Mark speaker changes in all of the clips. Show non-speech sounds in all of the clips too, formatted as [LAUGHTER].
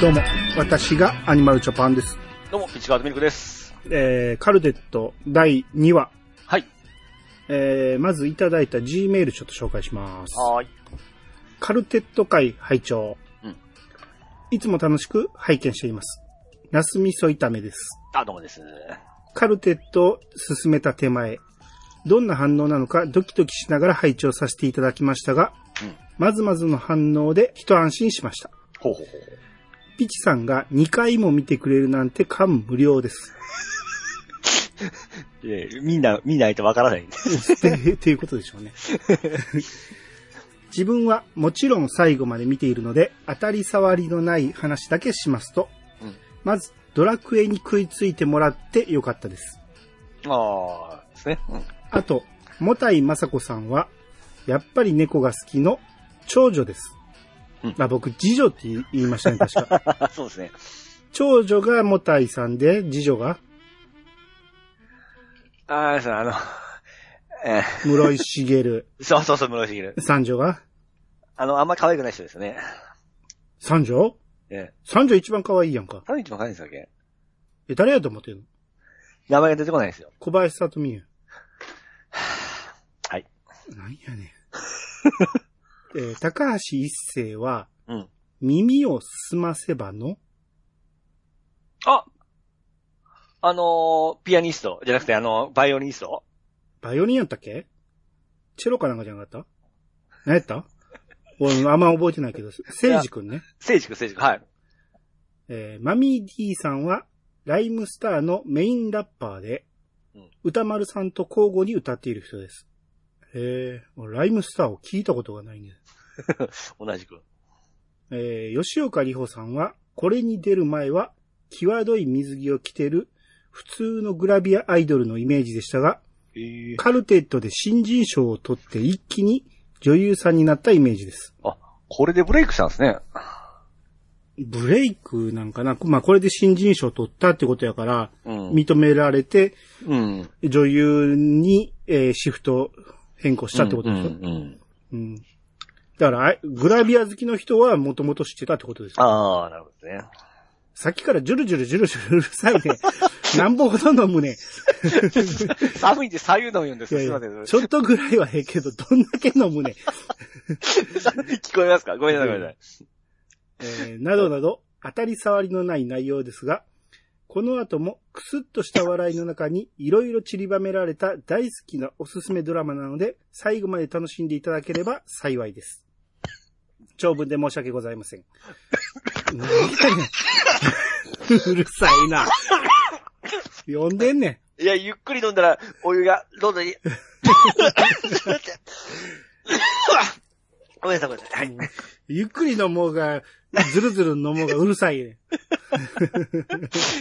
Speaker 1: どうも、私がアニマルチョパンです。
Speaker 2: どうも、ピッチカードミルクです。
Speaker 1: えー、カルデット第2話。
Speaker 2: はい。
Speaker 1: えー、まずいただいた G メールちょっと紹介します。
Speaker 2: はーい。
Speaker 1: カルテット会拝聴。
Speaker 2: うん
Speaker 1: いつも楽しく拝見しています。ナス味噌炒めです。
Speaker 2: あ、どうもです。
Speaker 1: カルテットを進めた手前、どんな反応なのかドキドキしながら拝聴させていただきましたが、
Speaker 2: うん
Speaker 1: まずまずの反応で一安心しました。
Speaker 2: ほうほうほう。
Speaker 1: ピチさんが2回も見てくれるなんて感無量です。
Speaker 2: えー、みんな、見ないとわからないんで。
Speaker 1: ってっていうことでしょうね。自分はもちろん最後まで見ているので、当たり障りのない話だけしますと、
Speaker 2: うん
Speaker 1: まず、ドラクエに食いついてもらってよかったです。
Speaker 2: ああ、ですね。うん。 [LAUGHS]
Speaker 1: あと、もたいまさこさんは、やっぱり猫が好きの長女です。
Speaker 2: うん
Speaker 1: あ僕、次女って言いましたね、確
Speaker 2: [LAUGHS]
Speaker 1: か。
Speaker 2: あそうですね。
Speaker 1: 長女がもたいさんで、次女が
Speaker 2: ああ、そう、あの、え
Speaker 1: 室井茂、
Speaker 2: ー、そうそうそう、室井茂。
Speaker 1: 三女が
Speaker 2: あの、あんま可愛くない人ですよね。
Speaker 1: 三女
Speaker 2: え
Speaker 1: 三女一番可愛いやんか
Speaker 2: ー、。誰一番可愛いんですかっけ
Speaker 1: え、誰やと思ってんの
Speaker 2: 名前が出てこないんですよ。
Speaker 1: 小林里美やん。
Speaker 2: [SIGHS] はい。
Speaker 1: なん [LAUGHS] やねん。えー高橋一生は、
Speaker 2: うん。
Speaker 1: 耳をすませばの、
Speaker 2: ああのー、ピアニスト、じゃなくて、あのー、バイオリニスト
Speaker 1: バイオリンやったっけチェロかなんかじゃなかった何やった [LAUGHS] 俺、あんま覚えてないけど、聖司くんね。
Speaker 2: 聖治君、聖治君、はい。
Speaker 1: えーマミー D さんは、ライムスターのメインラッパーで
Speaker 2: うん、
Speaker 1: 歌丸さんと交互に歌っている人です。えー、俺ライムスターを聞いたことがないんです。
Speaker 2: 同じく。
Speaker 1: えー吉岡里帆さんは、これに出る前は、際どい水着を着てる、普通のグラビアアイドルのイメージでしたが、
Speaker 2: えー、
Speaker 1: カルテットで新人賞を取って一気に女優さんになったイメージです。
Speaker 2: これでブレイクしたんですね。
Speaker 1: ブレイクなんかな、まあ、これで新人賞を取ったってことやから、
Speaker 2: うん。
Speaker 1: 認められて、
Speaker 2: うん。
Speaker 1: 女優に、えーシフト変更したってことでしょ、
Speaker 2: うんうんうん。
Speaker 1: うんだから、あグラビア好きの人はもともと知ってたってことですよ
Speaker 2: ああ、なるほどね。
Speaker 1: さっきからジュルジュルジュルジュルうるさいね。
Speaker 2: [LAUGHS]
Speaker 1: なんぼほど飲むね。
Speaker 2: 寒いんで左右飲むんです
Speaker 1: い
Speaker 2: よ。
Speaker 1: や
Speaker 2: す
Speaker 1: い
Speaker 2: い
Speaker 1: や
Speaker 2: ません。
Speaker 1: ちょっとぐらいはええけど、どんだけ飲む
Speaker 2: [LAUGHS]
Speaker 1: ね。
Speaker 2: 聞こえますかごめんなさい、ごめんなさい。
Speaker 1: えーなどなど、当たり障りのない内容ですが、この後もクスッとした笑いの中にいろいろ散りばめられた大好きなおすすめドラマなので、最後まで楽しんでいただければ幸いです。長文で申し訳ございません。何やねんうるさいな。呼んでんねん。
Speaker 2: いや、ゆっくり飲んだら、お湯が、どんどんに。すいません [LAUGHS] ごめんなさい、ごめんなさい。はい。
Speaker 1: ゆっくり飲もうが、ずるずる飲もうがうるさいね。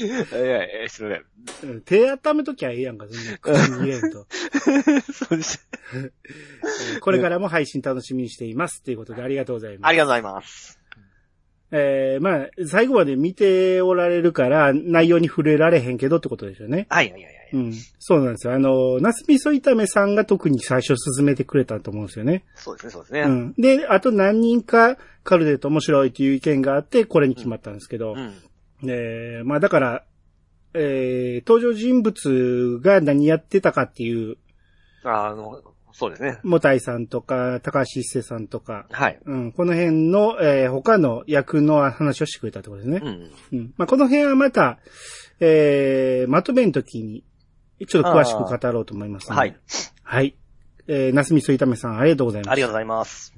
Speaker 2: いやいや、すいま
Speaker 1: うん手温めときゃええやんか、全然。口に入れんと。
Speaker 2: せん。そうでした。
Speaker 1: [LAUGHS] これからも配信楽しみにしています。ということでありがとうございま
Speaker 2: あ
Speaker 1: す。
Speaker 2: りがとうございます。
Speaker 1: えー、まあ、最後まで見ておられるから、内容に触れられへんけどってことですよね。
Speaker 2: はい、はい、はい。はい
Speaker 1: うん。そうなんですよ。あの、なすみそ炒めさんが特に最初進めてくれたと思うんですよね。
Speaker 2: そうですね、そうです
Speaker 1: う
Speaker 2: ね。
Speaker 1: ん。で、あと何人か、カルデット面白いという意見があって、これに決まったんですけど。
Speaker 2: うん。
Speaker 1: えーまあだから、えー登場人物が何やってたかっていう、
Speaker 2: あの、そうですね。
Speaker 1: もたいさんとか、高橋一生さんとか、
Speaker 2: はい。
Speaker 1: うん、この辺の、えー他の役の話をしてくれたってことですね
Speaker 2: う。ん。
Speaker 1: うん。まあこの辺はまた、えーまとめん時に、ちょっと詳しく語ろうと思いますので。
Speaker 2: はい。。
Speaker 1: はい。えー、なすみそいためさん、ありがとうございます。
Speaker 2: ありがとうございます。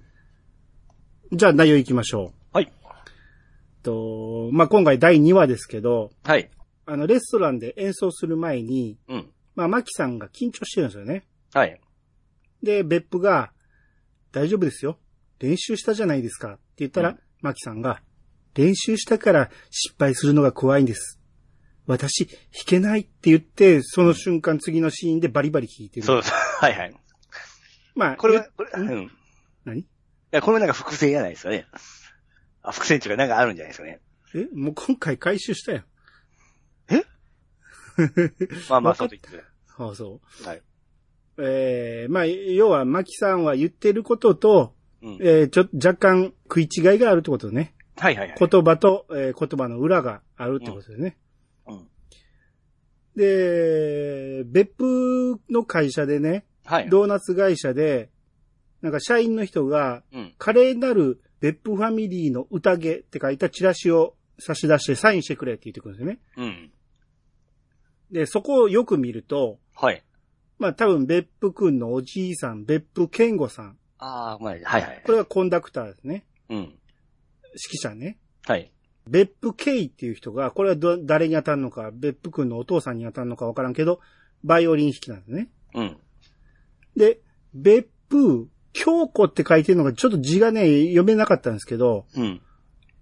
Speaker 1: じゃあ内容いきましょう。
Speaker 2: はい。
Speaker 1: と、まあ今回第2話ですけど、
Speaker 2: はい。
Speaker 1: あの、レストランで演奏する前に、
Speaker 2: うん。
Speaker 1: まあ、マキさんが緊張してるんですよね。
Speaker 2: はい。
Speaker 1: で、別府が、大丈夫ですよ。練習したじゃないですか。って言ったら、
Speaker 2: うん
Speaker 1: マキさんが、練習したから失敗するのが怖いんです。私、弾けないって言って、その瞬間次のシーンでバリバリ弾いてる。
Speaker 2: そうです。 [LAUGHS] はい、はい。
Speaker 1: まあ、
Speaker 2: これは
Speaker 1: え、
Speaker 2: これ、
Speaker 1: うん
Speaker 2: うん。
Speaker 1: 何
Speaker 2: いや、これなんか伏線じゃないですかね。あ、伏線っていうかなんかあるんじゃないですかね。
Speaker 1: え、もう今回回収したよ。
Speaker 2: まあまあ、
Speaker 1: わか
Speaker 2: そ
Speaker 1: っ
Speaker 2: うと言って
Speaker 1: ああ、そう。
Speaker 2: はい。
Speaker 1: えー、まあ、要は、マキさんは言ってることと、
Speaker 2: うん。
Speaker 1: えー、ちょ、若干食い違いがあるってことね。
Speaker 2: はいはいはい。
Speaker 1: 言葉と、えー言葉の裏があるってことですね。
Speaker 2: うんうん
Speaker 1: で、別府の会社でね、
Speaker 2: はい。
Speaker 1: ドーナツ会社で、なんか社員の人が、
Speaker 2: うん。
Speaker 1: 華麗なる別府ファミリーの宴って書いたチラシを差し出してサインしてくれって言ってくるんですよね。
Speaker 2: うん。
Speaker 1: で、そこをよく見ると、
Speaker 2: はい。
Speaker 1: まあ多分別府くんのおじいさん、別府健吾さん。
Speaker 2: ああ、まあ、はいはい。
Speaker 1: これがコンダクターですね。
Speaker 2: うん。
Speaker 1: 指揮者ね。
Speaker 2: はい。
Speaker 1: 別府ケイっていう人が、これはど、誰に当たるのか、別府くんのお父さんに当たるのかわからんけど、バイオリン弾きなんですね。
Speaker 2: うん。
Speaker 1: で、別府京子って書いてるのがちょっと字がね、読めなかったんですけど、
Speaker 2: うん。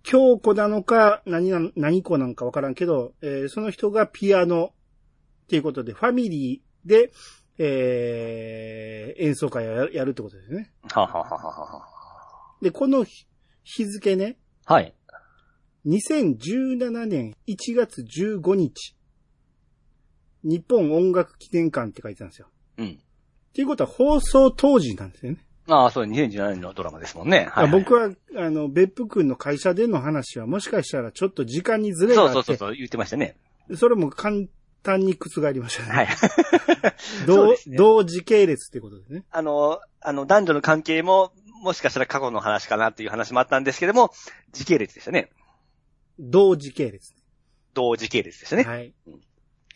Speaker 1: 京子なのか、何な、何子なのかわからんけど、えーその人がピアノっていうことで、ファミリーで、えー演奏会をやるやるってことですね。
Speaker 2: ははははは
Speaker 1: で、この日日付ね、
Speaker 2: は。はい。
Speaker 1: 2017年1月15日、日本音楽記念館って書いてたんですよ。
Speaker 2: うん。
Speaker 1: っていうことは放送当時なんですよね。
Speaker 2: ああ、そう、2017年のドラマですもんね。はい、
Speaker 1: あ僕は、あの、別府君の会社での話はもしかしたらちょっと時間にずれがあ
Speaker 2: そ
Speaker 1: っ
Speaker 2: う
Speaker 1: て、
Speaker 2: そうそうそう、言ってましたね。
Speaker 1: それも簡単に覆りましたね。
Speaker 2: はい。 [LAUGHS] そう
Speaker 1: 同
Speaker 2: ですね
Speaker 1: 同時系列っていうことですね。
Speaker 2: あの、あの、男女の関係も、もしかしたら過去の話かなっていう話もあったんですけども、時系列でしたね。
Speaker 1: 同時系列。
Speaker 2: 同時系列でしたね。
Speaker 1: はい
Speaker 2: うん。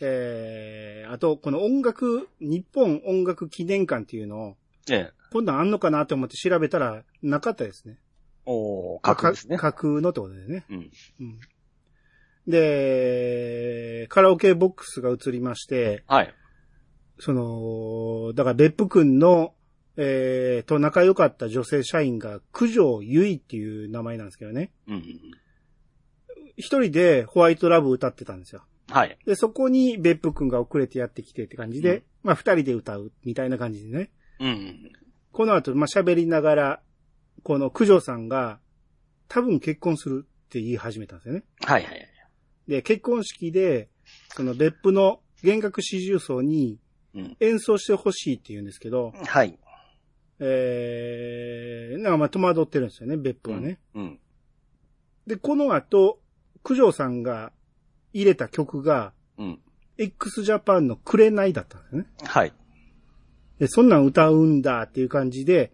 Speaker 1: えー、あと、この音楽、日本音楽記念館っていうのを、
Speaker 2: ええ。
Speaker 1: こんなんあんのかなと思って調べたら、なかったですね。
Speaker 2: おー、過去ですね。
Speaker 1: 架空のってことですね。
Speaker 2: うん。
Speaker 1: うん。で、カラオケボックスが映りまして、
Speaker 2: はい。
Speaker 1: その、だから別府くんの、えー、と仲良かった女性社員が九条ゆいっていう名前なんですけどね。
Speaker 2: うんうんうん。
Speaker 1: 一人でホワイトラブ歌ってたんですよ。
Speaker 2: はい。
Speaker 1: で、そこに別府くんが遅れてやってきてって感じで、
Speaker 2: うん
Speaker 1: まあ二人で歌うみたいな感じでね。
Speaker 2: うんうん。
Speaker 1: この後、まあ喋りながら、この九条さんが、多分結婚するって言い始めたんですよね。
Speaker 2: はいはい。
Speaker 1: で、結婚式で、その別府の弦楽四重奏に
Speaker 2: うん。
Speaker 1: 演奏してほしいって言うんですけど、
Speaker 2: はい。
Speaker 1: えー、なんかまあ戸惑ってるんですよね、別府はね。
Speaker 2: うん。
Speaker 1: で、この後、九条さんが入れた曲が、
Speaker 2: うん。
Speaker 1: x ジャパンの紅だったんですね。
Speaker 2: はい。
Speaker 1: で、そんなん歌うんだっていう感じで、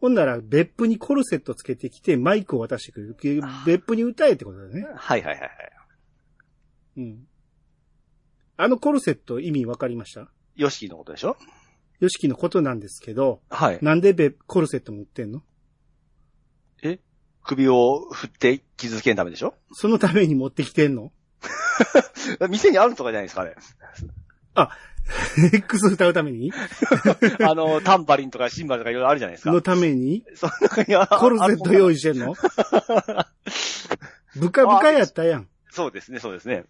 Speaker 1: ほんなら別府にコルセットつけてきてマイクを渡してくれるっていう
Speaker 2: あ。ー
Speaker 1: 別府に歌えってことだよね。
Speaker 2: はいはいはいはい。
Speaker 1: うん。あのコルセット意味わかりました
Speaker 2: ヨシキのことでしょ
Speaker 1: ヨシキのことなんですけど、
Speaker 2: はい。
Speaker 1: なんでベコルセットも売ってんの
Speaker 2: 首を振って傷つけんためでしょ
Speaker 1: そのために持ってきてんの
Speaker 2: [LAUGHS] 店にあるとかじゃないですかね。
Speaker 1: [LAUGHS] ?X 歌うために
Speaker 2: あの、タンバリンとかシンバルとかいろいろあるじゃないですか
Speaker 1: の。ために
Speaker 2: その中に
Speaker 1: [LAUGHS]
Speaker 2: は
Speaker 1: コルセット用意してんのブカブカやったやん。
Speaker 2: そうですね、そうですね。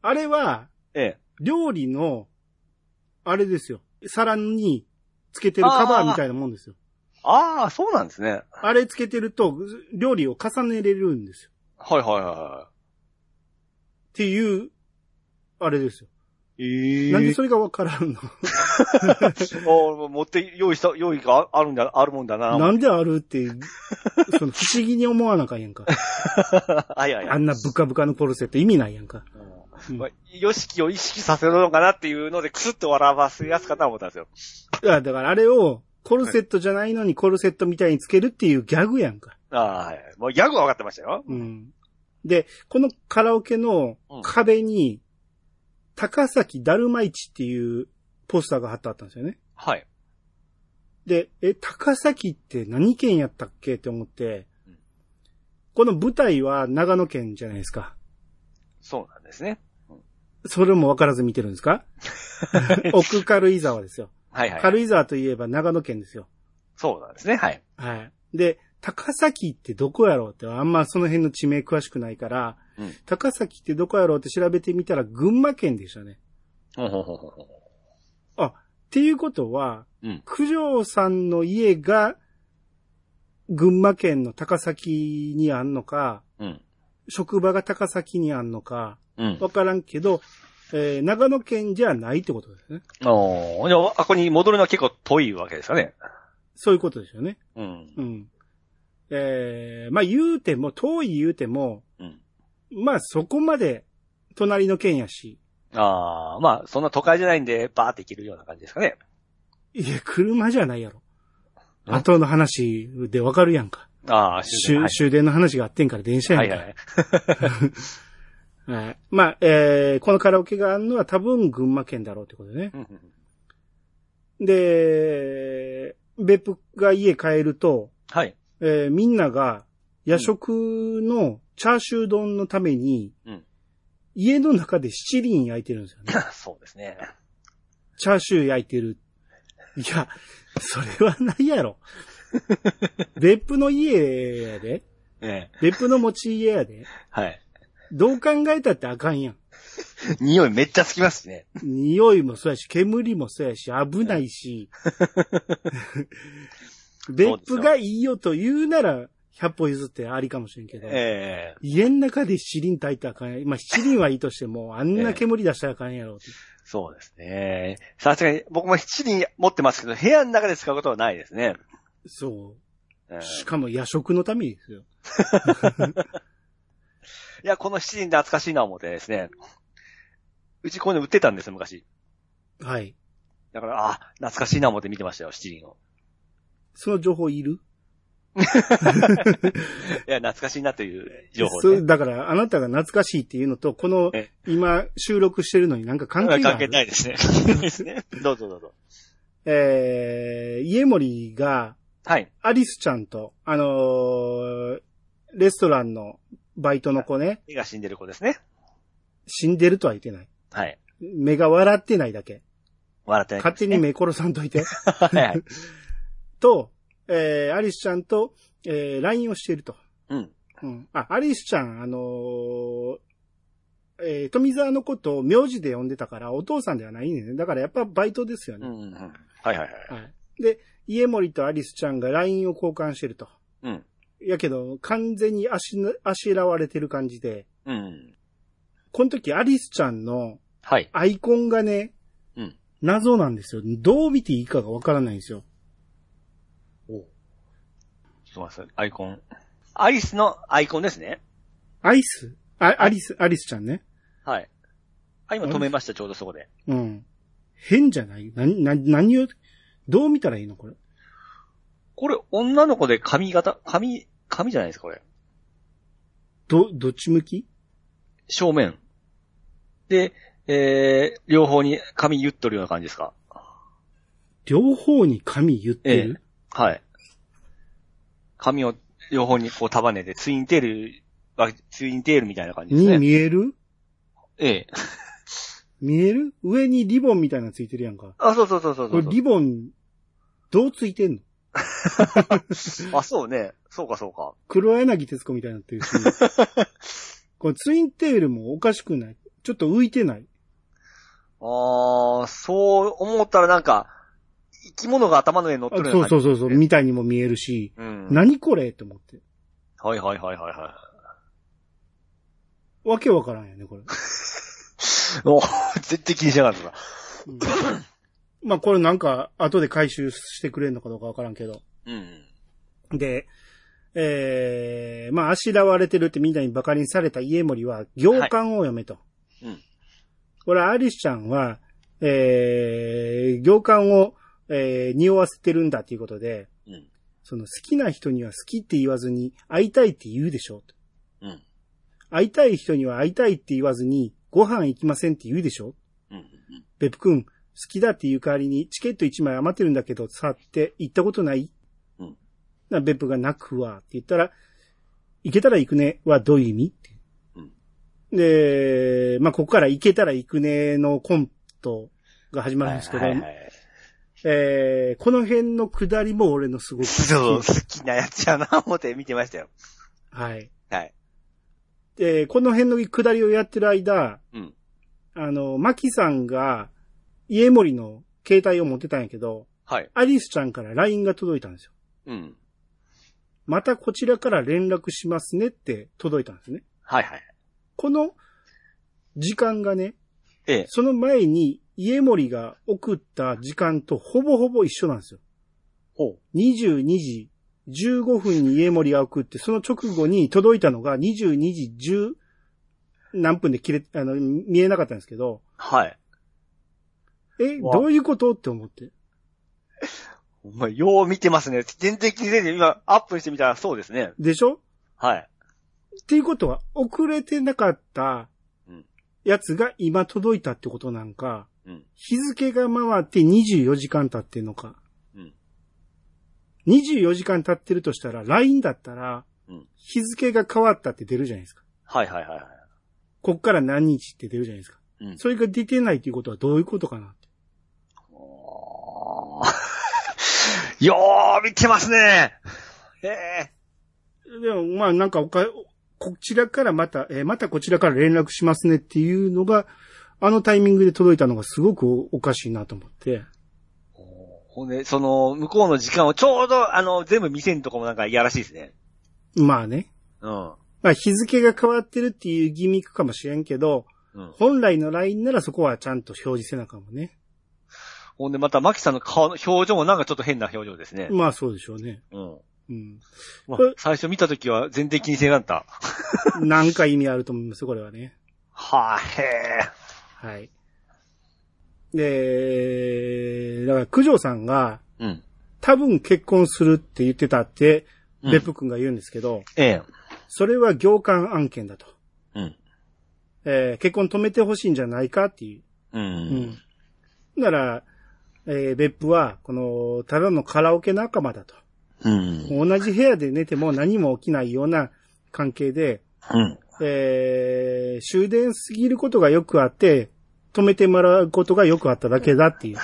Speaker 1: あれは、
Speaker 2: ええ。
Speaker 1: 料理の、あれですよ。皿につけてるカバーみたいなもんですよ。
Speaker 2: ああ、そうなんですね。
Speaker 1: あれつけてると、料理を重ねれるんですよ。
Speaker 2: はいはいは
Speaker 1: っていう、あれですよ。
Speaker 2: い。ええ
Speaker 1: なんでそれがわからんの
Speaker 2: あ持って用意した、用意があるんだ、あるもんだな。
Speaker 1: なんであるっていう、その不思議に思わなあかんやんか。
Speaker 2: [LAUGHS] あいやいや。
Speaker 1: あんなブカブカのコルセット意味ないやんか。
Speaker 2: うんまあよしきを意識させるのかなっていうので、くすっと笑わせやすかなと思ったんですよ。
Speaker 1: いや、だからあれを、コルセットじゃないのにコルセットみたいにつけるっていうギャグやんか。
Speaker 2: ああ、はい。もうギャグは分かってましたよ。
Speaker 1: うん。で、このカラオケの壁に、高崎だるま市っていうポスターが貼ってあったんですよね。
Speaker 2: はい。
Speaker 1: で、え、高崎って何県やったっけって思って
Speaker 2: うん、
Speaker 1: この舞台は長野県じゃないですか。
Speaker 2: そうなんですね。
Speaker 1: それも分からず見てるんです [LAUGHS] か奥軽井沢ですよ。
Speaker 2: はいはい。
Speaker 1: 軽井沢といえば長野県ですよ。
Speaker 2: そうなんですね。はい。
Speaker 1: はい。で、高崎ってどこやろうって、あんまその辺の地名詳しくないから、
Speaker 2: うん
Speaker 1: 高崎ってどこやろうって調べてみたら群馬県でしたね。
Speaker 2: ほほほほほ
Speaker 1: っていうことは、
Speaker 2: うん
Speaker 1: 九条さんの家が群馬県の高崎にあんのか、
Speaker 2: うん。
Speaker 1: 職場が高崎にあんのか、
Speaker 2: うん。
Speaker 1: わからんけど、えー長野県じゃないってことですね。
Speaker 2: おーじゃあ、あここに戻るのは結構遠いわけですかね。
Speaker 1: そういうことですよね。
Speaker 2: うん。
Speaker 1: うん。えー、まあ言うても、遠い言うても、
Speaker 2: うん
Speaker 1: まあそこまで隣の県やし、
Speaker 2: ああ、まあ、そんな都会じゃないんで、バーって行けるような感じですかね。
Speaker 1: いや、車じゃないやろ。
Speaker 2: ん
Speaker 1: 後の話でわかるやんか。
Speaker 2: ああ、
Speaker 1: 終
Speaker 2: 終電
Speaker 1: 終電の話があってんから電車や
Speaker 2: は
Speaker 1: ん
Speaker 2: い
Speaker 1: か。
Speaker 2: はいはい。
Speaker 1: はいまあ、えー、このカラオケがあるのは多分群馬県だろうってことね。
Speaker 2: うんうん
Speaker 1: で、別府が家帰ると、
Speaker 2: はい。 [LAUGHS]
Speaker 1: えーみんなが夜食のチャーシュー丼のために、
Speaker 2: うん
Speaker 1: 家の中で七輪焼いてるんですよ
Speaker 2: [LAUGHS]
Speaker 1: ね。
Speaker 2: そうですね。
Speaker 1: チャーシュー焼いてる。いや、それはないやろ。別府の家やで。
Speaker 2: ええ。
Speaker 1: 別府の持ち家やで。
Speaker 2: はい。
Speaker 1: どう考えたってあかんやん。
Speaker 2: 匂いめっちゃつきますしね。
Speaker 1: 匂いもそうやし、煙もそうやし、危ない
Speaker 2: [LAUGHS]
Speaker 1: し。別府がいいよと言うなら、100歩譲ってありかもしれんけど。
Speaker 2: ええ。
Speaker 1: 家の中で七輪炊いたらあかんや。まあ、七輪はいいとしても、あんな煙出したらあかんやろって。
Speaker 2: そうですね。さすがに、僕も七輪持ってますけど、部屋の中で使うことはないですね。
Speaker 1: そ
Speaker 2: うん
Speaker 1: う。しかも夜食のためにですよ。
Speaker 2: いや、この七輪懐かしいな思ってですね。うちこういうの売ってたんですよ、昔。
Speaker 1: はい。
Speaker 2: だから、あ、懐かしいな思って見てましたよ、七輪を。
Speaker 1: その情報いる
Speaker 2: いや、懐かしいなという情報
Speaker 1: そ
Speaker 2: で、
Speaker 1: う
Speaker 2: ね。
Speaker 1: だから、あなたが懐かしいっていうのと、この
Speaker 2: え、
Speaker 1: 今収録してるのになんか関係があ
Speaker 2: 関係
Speaker 1: る。
Speaker 2: ないですね。いいです [LAUGHS] ねどうぞどうぞ。
Speaker 1: えー、家森が、
Speaker 2: はい。
Speaker 1: アリスちゃんと、あのーレストランのバイトの子ね、
Speaker 2: 目が死んでる子ですね。
Speaker 1: 死んでるとは言ってない。
Speaker 2: はい。
Speaker 1: 目が笑ってないだけ。
Speaker 2: 笑ってない。
Speaker 1: 勝手に目殺さんといて。
Speaker 2: [LAUGHS] はいはい。
Speaker 1: と、えー、アリスちゃんと、えー、LINE をしていると。
Speaker 2: うん。
Speaker 1: うん。あ、アリスちゃん、あのーえー、富沢のことを名字で呼んでたから、お父さんではないね。だからやっぱバイトですよ
Speaker 2: う
Speaker 1: ね。
Speaker 2: んうんうん。はいはいはい。
Speaker 1: はい。で、家森とアリスちゃんが LINE を交換してると。
Speaker 2: うん。
Speaker 1: やけど、完全にあしな、あしらわれてる感じで、
Speaker 2: うん。
Speaker 1: この時アリスちゃんの
Speaker 2: はい。
Speaker 1: アイコンがね、
Speaker 2: うん
Speaker 1: 謎なんですよ。どう見ていいかがわからないんですよ。
Speaker 2: ちょっと待ってください。アイコン。アリスのアイコンですね。
Speaker 1: アイスあアリス、アリスちゃんね。
Speaker 2: はい。あ、今止めました、ちょうどそこで。
Speaker 1: うん。変じゃないな、な、何を、どう見たらいいのこれ。
Speaker 2: これ、女の子で髪型、髪、髪じゃないですか、これ。
Speaker 1: ど、どっち向き
Speaker 2: 正面。で、えー、両方に髪言っとるような感じですか
Speaker 1: 両方に髪言ってる、
Speaker 2: はい。髪を両方にこう束ねて、ツインテール、あツインテールみたいな感じで
Speaker 1: に
Speaker 2: すね。
Speaker 1: 見える
Speaker 2: ええ。
Speaker 1: 見える上にリボンみたいなのついてるやんか。
Speaker 2: あ、そうそうそうそう
Speaker 1: こ
Speaker 2: そ
Speaker 1: れ
Speaker 2: う
Speaker 1: リボン、どうついてんの
Speaker 2: あ、そうね。そうかそうか。
Speaker 1: 黒柳徹子みたいになってる
Speaker 2: [LAUGHS]
Speaker 1: し。このツインテールもおかしくない。ちょっと浮いてない。
Speaker 2: あー、そう思ったらなんか、生き物が頭の上に乗っ
Speaker 1: あ
Speaker 2: とるよ
Speaker 1: そ
Speaker 2: う
Speaker 1: う
Speaker 2: な感じ。
Speaker 1: そうそうそう、
Speaker 2: ね
Speaker 1: みたいにも見えるし、
Speaker 2: うん。
Speaker 1: 何これと思って。
Speaker 2: はいはいはいはいは
Speaker 1: わけわからんよね、これ。
Speaker 2: い。お絶対気にしなかったな。 [LAUGHS]
Speaker 1: うんまあこれなんか、後で回収してくれるのかどうかわからんけど。
Speaker 2: うん。
Speaker 1: で、えー、まあ、あしらわれてるってみんなに馬鹿にされた家森は、行間を読めと。
Speaker 2: いうん
Speaker 1: これ、アリスちゃんは、えー、行間を、えー、匂わせてるんだっていうことで、
Speaker 2: うん
Speaker 1: その好きな人には好きって言わずに、会いたいって言うでしょと。
Speaker 2: うん
Speaker 1: 会いたい人には会いたいって言わずに、ご飯行きませんって言うでしょ
Speaker 2: うん。
Speaker 1: ベプ君、好きだっていう代わりにチケット1枚余ってるんだけどさって行ったことない
Speaker 2: うん。
Speaker 1: な、ベプがなくはって言ったら、行けたら行くねはどういう意味って
Speaker 2: うん
Speaker 1: で、まあ、ここから行けたら行くねのコントが始まるんですけど、
Speaker 2: はいはいはい
Speaker 1: えーこの辺の下りも俺のすごく
Speaker 2: そう、
Speaker 1: 好き。
Speaker 2: 好きなやつやな、思って見てましたよ。
Speaker 1: はい。
Speaker 2: はい。
Speaker 1: で、この辺の下りをやってる間、
Speaker 2: うん
Speaker 1: あの、マキさんが家森の携帯を持ってたんやけど、
Speaker 2: はい。
Speaker 1: アリスちゃんから LINE が届いたんですよ。
Speaker 2: うん。
Speaker 1: またこちらから連絡しますねって届いたんですね。
Speaker 2: はいはい。
Speaker 1: この時間がね、
Speaker 2: ええ。
Speaker 1: その前に家森が送った時間とほぼほぼ一緒なんですよ。
Speaker 2: ほう。
Speaker 1: 22時15分に家森が送って、その直後に届いたのが22時10何分で切れ、あの、見えなかったんですけど、
Speaker 2: はい。
Speaker 1: え、
Speaker 2: わ
Speaker 1: どういうことって思って。
Speaker 2: お前、よう見てますね。全然気づいて、今、アップしてみたらそうですね。
Speaker 1: でしょ
Speaker 2: はい。
Speaker 1: っていうことは、遅れてなかった
Speaker 2: うん、
Speaker 1: やつが今届いたってことなんか、
Speaker 2: うん
Speaker 1: 日付が回って24時間経ってんのか。
Speaker 2: うん
Speaker 1: 24時間経ってるとしたら、LINE だったら
Speaker 2: うん、
Speaker 1: 日付が変わったって出るじゃないですか。
Speaker 2: はいはいはいはい。
Speaker 1: こっから何日って出るじゃないですか。
Speaker 2: うん
Speaker 1: それが出てないということはどういうことかなって。
Speaker 2: おー [LAUGHS] よー見てますね。へえ。
Speaker 1: でも、まあなんかおか、こちらからまた、えーまたこちらから連絡しますねっていうのが、あのタイミングで届いたのがすごくおおかしいなと思って。
Speaker 2: ほんで、その、向こうの時間をちょうど、あの、全部見せんとこもなんかいやらしいですね。
Speaker 1: まあね。
Speaker 2: うん。
Speaker 1: まあ日付が変わってるっていうギミックかもしれんけど、
Speaker 2: うん。
Speaker 1: 本来の LINE ならそこはちゃんと表示せなあかんもんね。
Speaker 2: ほんで、また、マキさんの顔の表情もなんかちょっと変な表情ですね。
Speaker 1: まあそうでしょうね。
Speaker 2: うん。 [LAUGHS]
Speaker 1: うん。
Speaker 2: まあ
Speaker 1: これ
Speaker 2: 最初見たときは全然気にせなかった。
Speaker 1: なんか意味あると思います、これはね。
Speaker 2: はあ、へえ。
Speaker 1: はい。で、だから九条さんが
Speaker 2: うん。
Speaker 1: 多分結婚するって言ってたって、
Speaker 2: うん
Speaker 1: 別府くんが言うんですけど、
Speaker 2: ええ。
Speaker 1: それは行間案件だと。
Speaker 2: うん。
Speaker 1: えー結婚止めてほしいんじゃないかっていうう
Speaker 2: う。
Speaker 1: んん。なら、えー別府は、この、ただのカラオケ仲間だと。
Speaker 2: うん。
Speaker 1: 同じ部屋で寝ても何も起きないような関係で、
Speaker 2: うん。
Speaker 1: えー終電すぎることがよくあって、止めてもらうことがよくあっただけだっていう。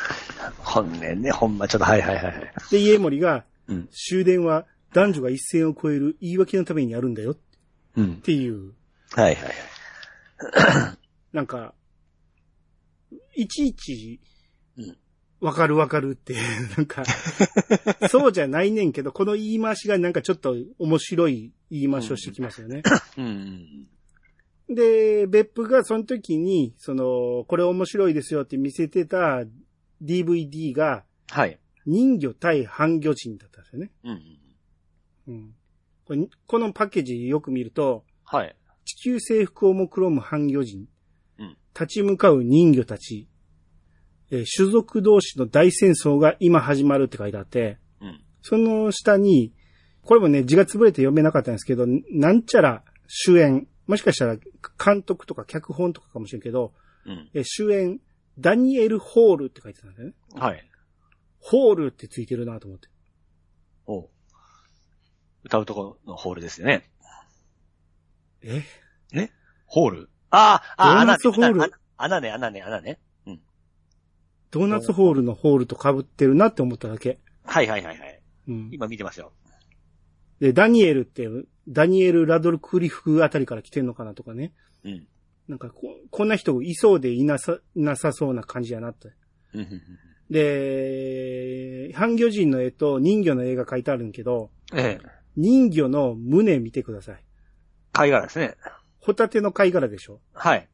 Speaker 2: 本音ね、ほんま、ちょっと、はいはいはいはい。
Speaker 1: で、家森が、
Speaker 2: うん。
Speaker 1: 終電は男女が一線を超える言い訳のためにあるんだよっ
Speaker 2: うん。
Speaker 1: ていう、
Speaker 2: はいはいはい。
Speaker 1: なんか、いちいち
Speaker 2: うん、
Speaker 1: わかるわかるって、 [LAUGHS] なんか、そうじゃないねんけど、この言い回しがなんかちょっと面白い言い回しをしてきます
Speaker 2: [LAUGHS]
Speaker 1: よね。
Speaker 2: うん。
Speaker 1: で、別府がその時に、その、これ面白いですよって見せてた DVD が、
Speaker 2: はい。
Speaker 1: 人魚対半魚人だったんですよね。
Speaker 2: うん。
Speaker 1: うん。これこのパッケージよく見ると、
Speaker 2: はい。
Speaker 1: 地球征服をもくろむ半魚人、
Speaker 2: うん
Speaker 1: 立ち向かう人魚たち、えー種族同士の大戦争が今始まるって書いてあって、
Speaker 2: うん。
Speaker 1: その下に、これもね、字が潰れて読めなかったんですけど、なんちゃら主演、もしかしたら監督とか脚本とかかもしれんけど、
Speaker 2: うん。
Speaker 1: えー主演、ダニエル・ホールって書いてたんだよね。
Speaker 2: はい。
Speaker 1: ホールってついてるなと思って。
Speaker 2: おう歌うとこのホールですよね。
Speaker 1: え
Speaker 2: ホールああ、
Speaker 1: ドー
Speaker 2: ああ、穴
Speaker 1: ナ
Speaker 2: ね
Speaker 1: ツホール
Speaker 2: 穴穴ね、穴ね、穴ね。
Speaker 1: ドーナツホールのホールと被ってるなって思っただけ。
Speaker 2: はいはいはいはい。
Speaker 1: うん。
Speaker 2: 今見てますよ。
Speaker 1: で、ダニエルって、ダニエル・ラドルクリフあたりから来てんのかなとかね。
Speaker 2: うん。
Speaker 1: なんかこ、こんな人いそうでいなさ、いなさそうな感じやなって。
Speaker 2: うんうん
Speaker 1: で、半魚人の絵と人魚の絵が書いてあるんけど、
Speaker 2: うんええ。
Speaker 1: 人魚の胸見てください。
Speaker 2: 貝殻ですね。
Speaker 1: ホタテの貝殻でしょ
Speaker 2: はい。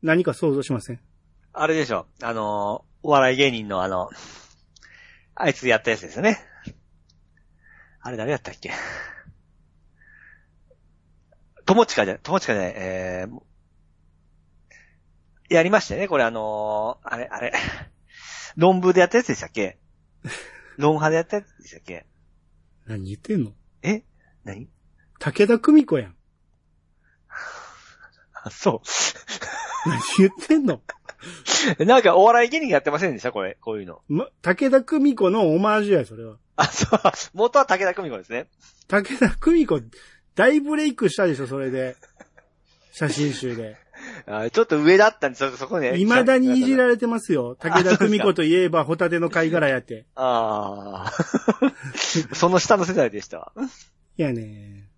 Speaker 1: 何か想像しません
Speaker 2: あれでしょ。あのー、お笑い芸人のあの、あいつやったやつですよね。あれ誰やったっけ友近じゃ、友近じゃない、えー、やりましたよね、これあのー、あれ、あれ、論文でやったやつでしたっけ論派でやったやつでしたっけ
Speaker 1: 何言ってんの
Speaker 2: え何
Speaker 1: 武田久美子やん。
Speaker 2: あ、そ
Speaker 1: 何言ってんの
Speaker 2: う。なんかお笑い芸人やってませんでしたこれ、こういうの。
Speaker 1: ま、武田久美子のオマージュや、それは。
Speaker 2: あ、そう。元は武田久美子ですね。
Speaker 1: 武田久美子、大ブレイクしたでしょ、それで。写真集で。
Speaker 2: あちょっと上だったんで、そ、そこね。
Speaker 1: 未だにいじ
Speaker 2: れ
Speaker 1: られてます
Speaker 2: [LAUGHS]
Speaker 1: よ。武田久美
Speaker 2: あそう
Speaker 1: 子といえばホタテの貝殻や
Speaker 2: [LAUGHS]
Speaker 1: って。
Speaker 2: ああ。 [LAUGHS] その下の世代でしたわ。
Speaker 1: いやね、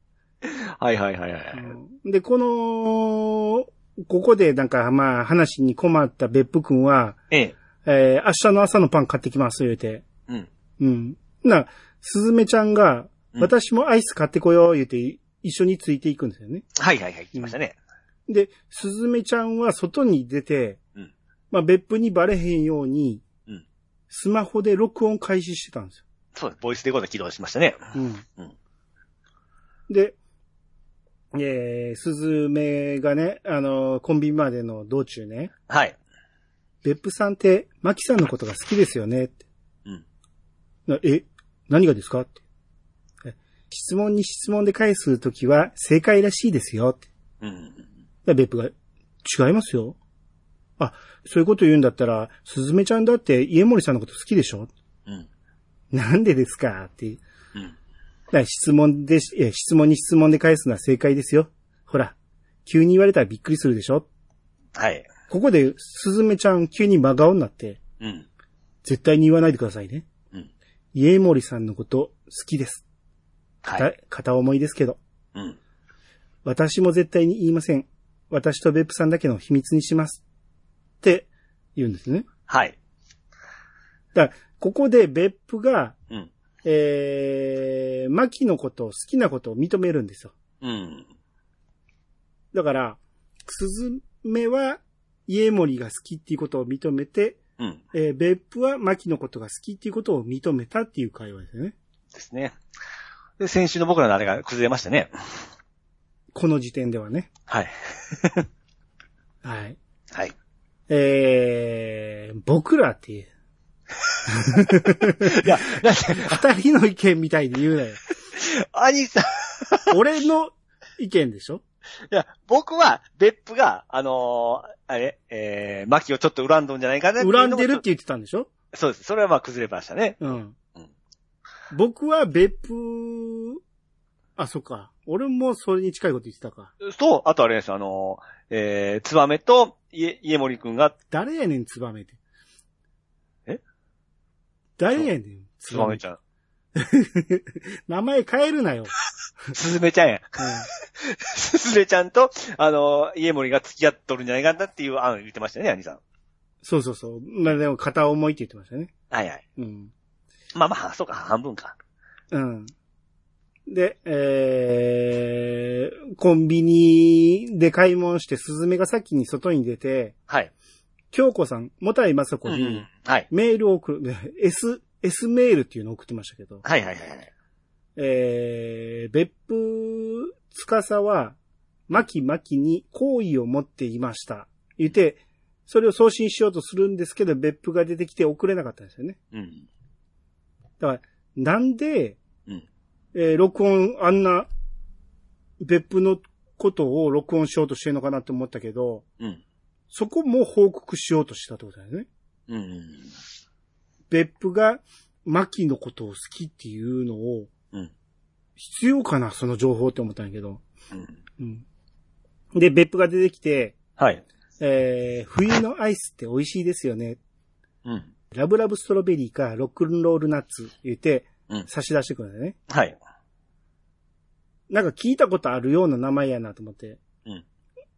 Speaker 2: はいはいはいは
Speaker 1: あ
Speaker 2: い。
Speaker 1: ので、この、ここでなんかまあ話に困った別府くんは、
Speaker 2: ええ。
Speaker 1: えー明日の朝のパン買ってきます、言うて。
Speaker 2: うん。
Speaker 1: うん。な、すずめちゃんが、
Speaker 2: うん
Speaker 1: 私もアイス買ってこよう、言うて、一緒についていくんですよね。
Speaker 2: はいはいはい。来ましたね。
Speaker 1: で、すずめちゃんは外に出て、
Speaker 2: うん
Speaker 1: まあ別府にバレへんように、
Speaker 2: うん
Speaker 1: スマホで録音開始してたんですよ。
Speaker 2: そうです。ボイスレコーダー起動しましたね。
Speaker 1: うん
Speaker 2: うん。
Speaker 1: で、えー、スズメがね、あのーコンビニまでの道中ね、
Speaker 2: はい。
Speaker 1: 別府さんって、マキさんのことが好きですよねって。
Speaker 2: うん
Speaker 1: なえ、何がですかって。え質問に質問で返すときは正解らしいですよって。
Speaker 2: うん。
Speaker 1: で、別府が、違いますよ。あ、そういうこと言うんだったら、スズメちゃんだって家森さんのこと好きでしょ
Speaker 2: うん。
Speaker 1: なんでですかって。
Speaker 2: うん。
Speaker 1: だから質問で、え質問に質問で返すのは正解ですよ。ほら、急に言われたらびっくりするでしょ
Speaker 2: はい。
Speaker 1: ここで、スズメちゃん急に真顔になって、
Speaker 2: うん。
Speaker 1: 絶対に言わないでくださいね。
Speaker 2: うん。
Speaker 1: 家森さんのこと好きです。
Speaker 2: は
Speaker 1: だ
Speaker 2: い。
Speaker 1: 片思いですけど。
Speaker 2: うん。
Speaker 1: 私も絶対に言いません。私と別府さんだけの秘密にします。って言うんですね。
Speaker 2: はい。
Speaker 1: だから、ここで別府が、
Speaker 2: うん。
Speaker 1: えー、マキのことを好きなことを認めるんですよ。
Speaker 2: うん。
Speaker 1: だから、スズメは家森が好きっていうことを認めて、
Speaker 2: うん。
Speaker 1: えー、別府はマキのことが好きっていうことを認めたっていう会話ですよね。
Speaker 2: ですね。で、先週の僕らのあれが崩れましたね。
Speaker 1: この時点ではね。
Speaker 2: はい。
Speaker 1: はい。
Speaker 2: はい。
Speaker 1: えー、僕らっていう、
Speaker 2: いや、だって、
Speaker 1: 二人の意見みたいに言うなよ。
Speaker 2: 兄さん、
Speaker 1: 俺の意見でしょ
Speaker 2: いや、僕は、別府が、あのーあれ、えー、マキをちょっと恨んどんじゃないかなっていうのも
Speaker 1: 恨んでるって言ってたんでしょ
Speaker 2: そうです。それはまあ崩れましたね。
Speaker 1: うん
Speaker 2: うん。
Speaker 1: 僕は別府、あ、そっか。俺もそれに近いこと言ってたか。
Speaker 2: そう、あとあれです、あのーえー、ツバメと、家、家森くんが、
Speaker 1: 誰やねん、ツバメって。
Speaker 2: え
Speaker 1: 誰やねん、
Speaker 2: ツバメちゃん。
Speaker 1: 名前変えるなよ。
Speaker 2: スズメちゃん
Speaker 1: う
Speaker 2: や。 [LAUGHS] スズメちゃんと、あのー家森が付き合っとるんじゃないかなっていう案を言ってましたね、兄さん。
Speaker 1: んそうそうそう。まあでも、片思いって言ってましたね。
Speaker 2: はいはい。
Speaker 1: うん。
Speaker 2: まあまあ、そうか、半分か。
Speaker 1: うん。で、えー、コンビニで買い物して、スズメが先に外に出て、
Speaker 2: はい。
Speaker 1: 京子さん、もたいまさこ
Speaker 2: うん
Speaker 1: に、
Speaker 2: はい。
Speaker 1: メールを送る、S、S メールっていうのを送ってましたけど、
Speaker 2: はいはいはいはい。
Speaker 1: えー、別府司は、マキマキに好意を持っていました。言って、それを送信しようとするんですけど、別府が出てきて送れなかったんですよね。
Speaker 2: うん。
Speaker 1: なんで、
Speaker 2: うん
Speaker 1: えー録音、あんな、別府のことを録音しようとしてるのかなって思ったけど、
Speaker 2: うん。
Speaker 1: そこも報告しようとしたってことだよね。
Speaker 2: うんうん。
Speaker 1: 別府が、マキのことを好きっていうのを、
Speaker 2: うん
Speaker 1: 必要かな、その情報って思ったんやけど。
Speaker 2: うん。
Speaker 1: うん。で、別府が出てきて、
Speaker 2: はい。
Speaker 1: えー、冬のアイスって美味しいですよね。
Speaker 2: うん。
Speaker 1: ラブラブストロベリーかロックンロールナッツ言って
Speaker 2: うん、
Speaker 1: 差し出してくるんだよね。
Speaker 2: はい。
Speaker 1: なんか聞いたことあるような名前やなと思って。
Speaker 2: うん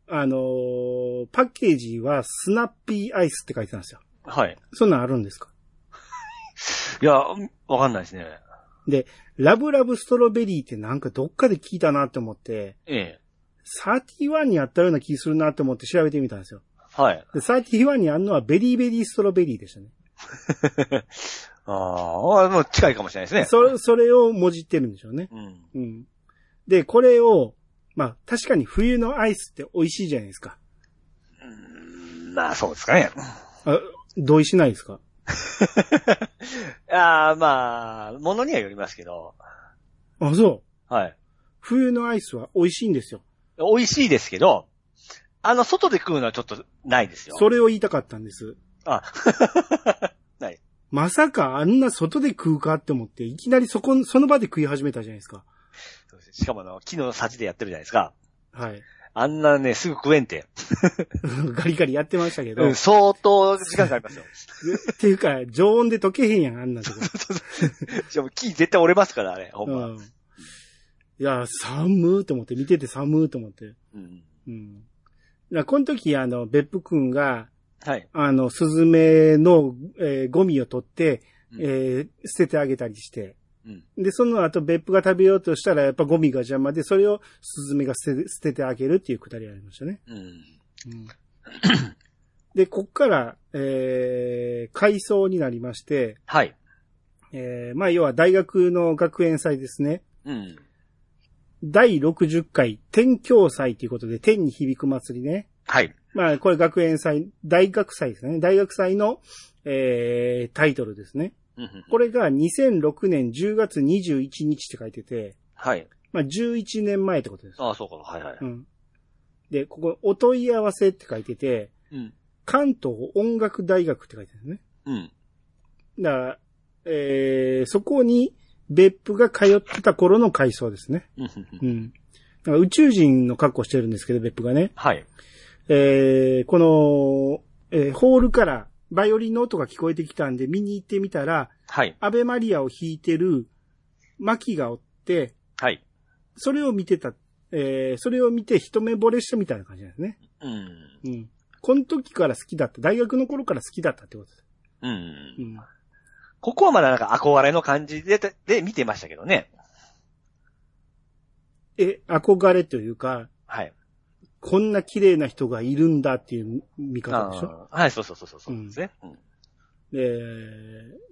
Speaker 1: あのーパッケージはスナッピーアイスって書いてたんですよ。
Speaker 2: はい。
Speaker 1: そんなんあるんですか
Speaker 2: いや、うんわかんないですね。
Speaker 1: ラブラブストロベリーってなんかどっかで聞いたなと思って、
Speaker 2: ええ。
Speaker 1: 31にあったような気するなと思って調べてみたんですよ。
Speaker 2: [LAUGHS] はい。
Speaker 1: で、31にあんのはベリーベリーストロベリーでしたね。
Speaker 2: ああ、もう近いかもしれないですね。
Speaker 1: [LAUGHS] それ、それをもじってるんでしょうね。
Speaker 2: うん。
Speaker 1: うん。で、これを、まあ、確かに冬のアイスって美味しいじゃないですか。
Speaker 2: まあ、そうですかね。
Speaker 1: あ、同意しないですか
Speaker 2: [LAUGHS] ああ、まあ、ものにはよりますけど。
Speaker 1: あ、そう。
Speaker 2: はい。
Speaker 1: 冬のアイスは美味しいんですよ。
Speaker 2: 美味しいですけど、あの、外で食うのはちょっとないですよ。
Speaker 1: それを言いたかったんです。
Speaker 2: あ [LAUGHS]
Speaker 1: まさかあんな外で食うかって思って、いきなりそこ、その場で食い始めたじゃないですか。
Speaker 2: しかもあの、木のさじでやってるじゃないですか。
Speaker 1: はい。 [LAUGHS]
Speaker 2: あんなね、すぐ食えんて。
Speaker 1: ガリガリやってましたけど。
Speaker 2: う
Speaker 1: っ
Speaker 2: ん、相当時間かかりますよ。
Speaker 1: ていうか、常温で溶けへんやん、あんなとこ。
Speaker 2: しかも木絶対折れますから、あれ、 [LAUGHS] ほんま。
Speaker 1: うん。いや、寒ーと思って、見てて寒ーと思って。
Speaker 2: うん。
Speaker 1: うん。だからこの時、あの、別府くんが、
Speaker 2: はい。
Speaker 1: あの、スズメの、えーゴミを取って、
Speaker 2: うん
Speaker 1: えー捨ててあげたりして。
Speaker 2: うん。
Speaker 1: で、その後、別府が食べようとしたら、やっぱゴミが邪魔で、それをスズメが捨て捨ててあげるっていうくだりがありましたね。
Speaker 2: うん。
Speaker 1: で、こっから、えー、回想になりまして、
Speaker 2: はい。
Speaker 1: えーまあ要は大学の学園祭ですね。
Speaker 2: うん。
Speaker 1: 第60回天教祭ということで、天に響く祭りね。
Speaker 2: はい。
Speaker 1: まあこれ学園祭、大学祭ですね。大学祭の、えータイトルですね。
Speaker 2: うんうん
Speaker 1: これが2006年10月21日って書いてて、
Speaker 2: はい。
Speaker 1: まあ11年前ってことです。
Speaker 2: ああ、そうか。はいはい。
Speaker 1: うん。で、ここ、お問い合わせって書いてて、
Speaker 2: うん。
Speaker 1: 関東音楽大学って書いてるんですね。
Speaker 2: うん。
Speaker 1: だから、えー、そこに別府が通ってた頃の階層ですね。
Speaker 2: うんうんうん
Speaker 1: うん。だから宇宙人の格好してるんですけど、別府がね。
Speaker 2: はい。
Speaker 1: えー、この、えーホールからバイオリンの音が聞こえてきたんで見に行ってみたら、
Speaker 2: はい。
Speaker 1: アベマリアを弾いてるマキがおって、
Speaker 2: はい。
Speaker 1: それを見てた、えー、それを見て一目惚れしたみたいな感じなんですね。
Speaker 2: うん。
Speaker 1: うん。この時から好きだった。大学の頃から好きだったってことです。
Speaker 2: う。
Speaker 1: うんん。
Speaker 2: ここはまだなんか憧れの感じで、で、見てましたけどね。
Speaker 1: え、憧れというか、
Speaker 2: はい。
Speaker 1: こんな綺麗な人がいるんだっていう見方でしょ
Speaker 2: あーはい、そうそうそうそうそうですね。うん
Speaker 1: で、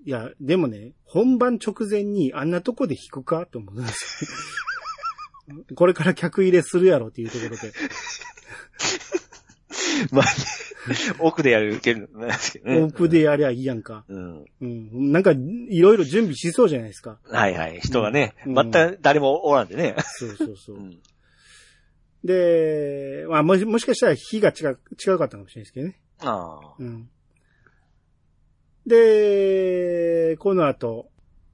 Speaker 1: いや、でもね、本番直前にあんなとこで弾くかと思うん
Speaker 2: [LAUGHS]
Speaker 1: ですよ。これから客入れするやろっていうところで、 [LAUGHS]
Speaker 2: まあ、奥でやるけど、なんですけどね。
Speaker 1: オープンでやりゃいいやんか。
Speaker 2: うん。
Speaker 1: うん。なんか、いろいろ準備しそうじゃないですか。
Speaker 2: はいはい。人がね、
Speaker 1: うん
Speaker 2: 全く誰もおらんでね。
Speaker 1: そうそうそうう。
Speaker 2: ん。
Speaker 1: で、まあ、もし、もしかしたら日が違う、違かったかもしれないですけどね。
Speaker 2: ああ。
Speaker 1: うん。で、この後、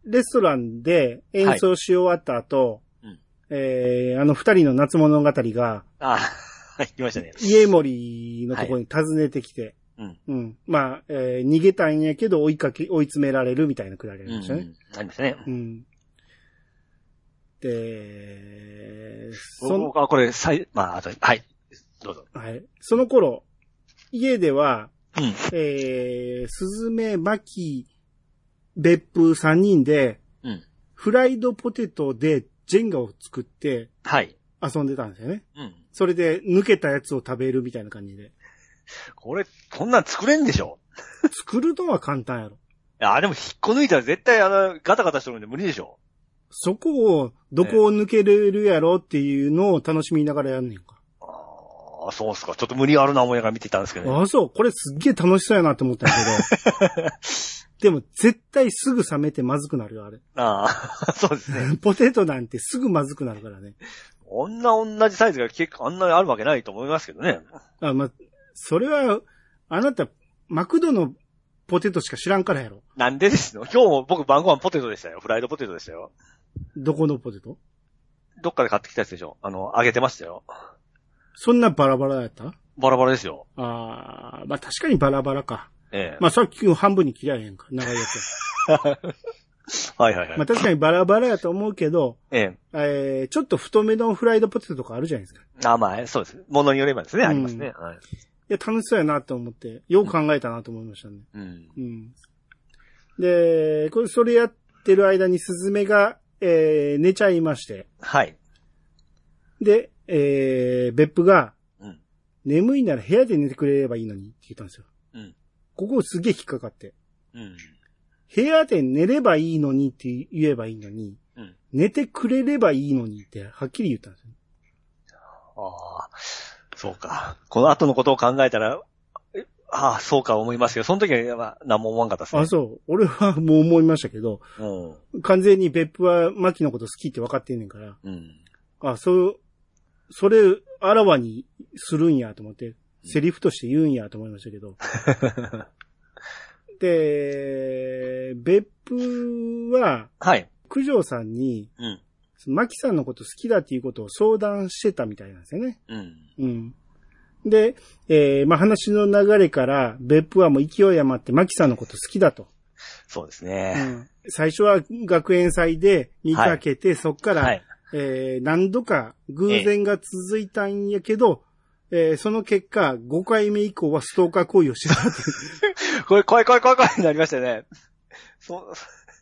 Speaker 1: レストランで演奏し終わった後、
Speaker 2: はいうん
Speaker 1: えーあの二人の夏物語が、
Speaker 2: ああ。 [LAUGHS] はい、来ましたね。
Speaker 1: 家森のところに訪ねてきて、
Speaker 2: うん。
Speaker 1: うん。まあ、えー逃げたんやけど追いかけ、追い詰められるみたいなくだりあ
Speaker 2: う
Speaker 1: りました
Speaker 2: ん。う
Speaker 1: ね。
Speaker 2: んありましたね。
Speaker 1: うん。で、その、
Speaker 2: 僕はこれ、最、まあ、あと、はい。どうぞ。
Speaker 1: はい。その頃、家では、
Speaker 2: うん。
Speaker 1: えー、すずめ、まき、別府三人で、
Speaker 2: うん
Speaker 1: フライドポテトでジェンガを作って
Speaker 2: はい。
Speaker 1: 遊んでたんですよね。
Speaker 2: うん。
Speaker 1: それで抜けたやつを食べるみたいな感じで。
Speaker 2: これ、そんなん作れんでしょ
Speaker 1: 作るのは簡単やろ。
Speaker 2: いや、でも引っこ抜いたら絶対あの、ガタガタしてるんで無理でしょ
Speaker 1: そこを、どこを抜けれるやろっていうのを楽しみながらやんねんか。
Speaker 2: ああ、そうっすか。ちょっと無理あるな思いながら見てたんですけどね。
Speaker 1: あ、そう、これすっげえ楽しそうやなって思ったんやけ [LAUGHS] ど。でも絶対すぐ冷めてまずくなるよ、あれ。
Speaker 2: ああ、 [LAUGHS] そうですね。
Speaker 1: ポテトなんてすぐまずくなるからね。
Speaker 2: こんな同じサイズが結構あんなにあるわけないと思いますけどね。
Speaker 1: あ、ま、それは、あなた、マクドのポテトしか知らんからやろ。
Speaker 2: なんでですの今日も僕晩ご飯ポテトでしたよ。フライドポテトでしたよ。
Speaker 1: どこのポテト
Speaker 2: どっかで買ってきたやつでしょあの、揚げてましたよ。
Speaker 1: そんなバラバラやった
Speaker 2: バラバラですよ。
Speaker 1: あーまあ、確かにバラバラか。
Speaker 2: ええ。
Speaker 1: まあ、さっきの半分に切られへんか、長いやつ。
Speaker 2: はいはいはい。
Speaker 1: まあ、確かにバラバラやと思うけど、
Speaker 2: ええ。
Speaker 1: えー、ちょっと太めのフライドポテトとかあるじゃないですか。い
Speaker 2: あまあ、そうです。ものによればですね、
Speaker 1: うん
Speaker 2: ありますね。はい。
Speaker 1: や、楽しそうやなと思って、よく考えたなと思いましたね。
Speaker 2: うん。
Speaker 1: うん。で、これ、それやってる間にスズメが、えー、寝ちゃいまして。
Speaker 2: はい。
Speaker 1: で、えー、別府が、
Speaker 2: うん
Speaker 1: 眠いなら部屋で寝てくれればいいのにって言ったんですよ。
Speaker 2: うん
Speaker 1: ここすげえ引っかかって。
Speaker 2: うん。
Speaker 1: 部屋で寝ればいいのにって言えばいいのに、
Speaker 2: うん
Speaker 1: 寝てくれればいいのにってはっきり言ったんですよ。
Speaker 2: ああ、そうか。この後のことを考えたら、えああ、そうか思いますけど、その時はまあ何も思わんかったですね。
Speaker 1: あ、そう。俺はもう思いましたけど、
Speaker 2: うん。
Speaker 1: 完全に別府はマキのこと好きって分かってんねんから、
Speaker 2: うん。 [LAUGHS]
Speaker 1: あ、そう、それ、あらわにするんやと思って、セリフとして言うんやと思いましたけど。で、別府は、
Speaker 2: はい。
Speaker 1: 九条さんに、
Speaker 2: うん。
Speaker 1: そのマキさんのこと好きだっていうことを相談してたみたいなんですよね。
Speaker 2: うん。
Speaker 1: うん。で、えーまあ、話の流れから、別府はもう勢い余ってマキさんのこと好きだと。
Speaker 2: そうです
Speaker 1: う
Speaker 2: ね。
Speaker 1: ん、最初は学園祭で見かけて、そっから、
Speaker 2: はい。
Speaker 1: えー何度か偶然が続いたんやけど、えーその結果、5回目以降はストーカー行為をしてたってい
Speaker 2: これ、怖い怖い怖い怖いになりましたよね。そ、
Speaker 1: [LAUGHS]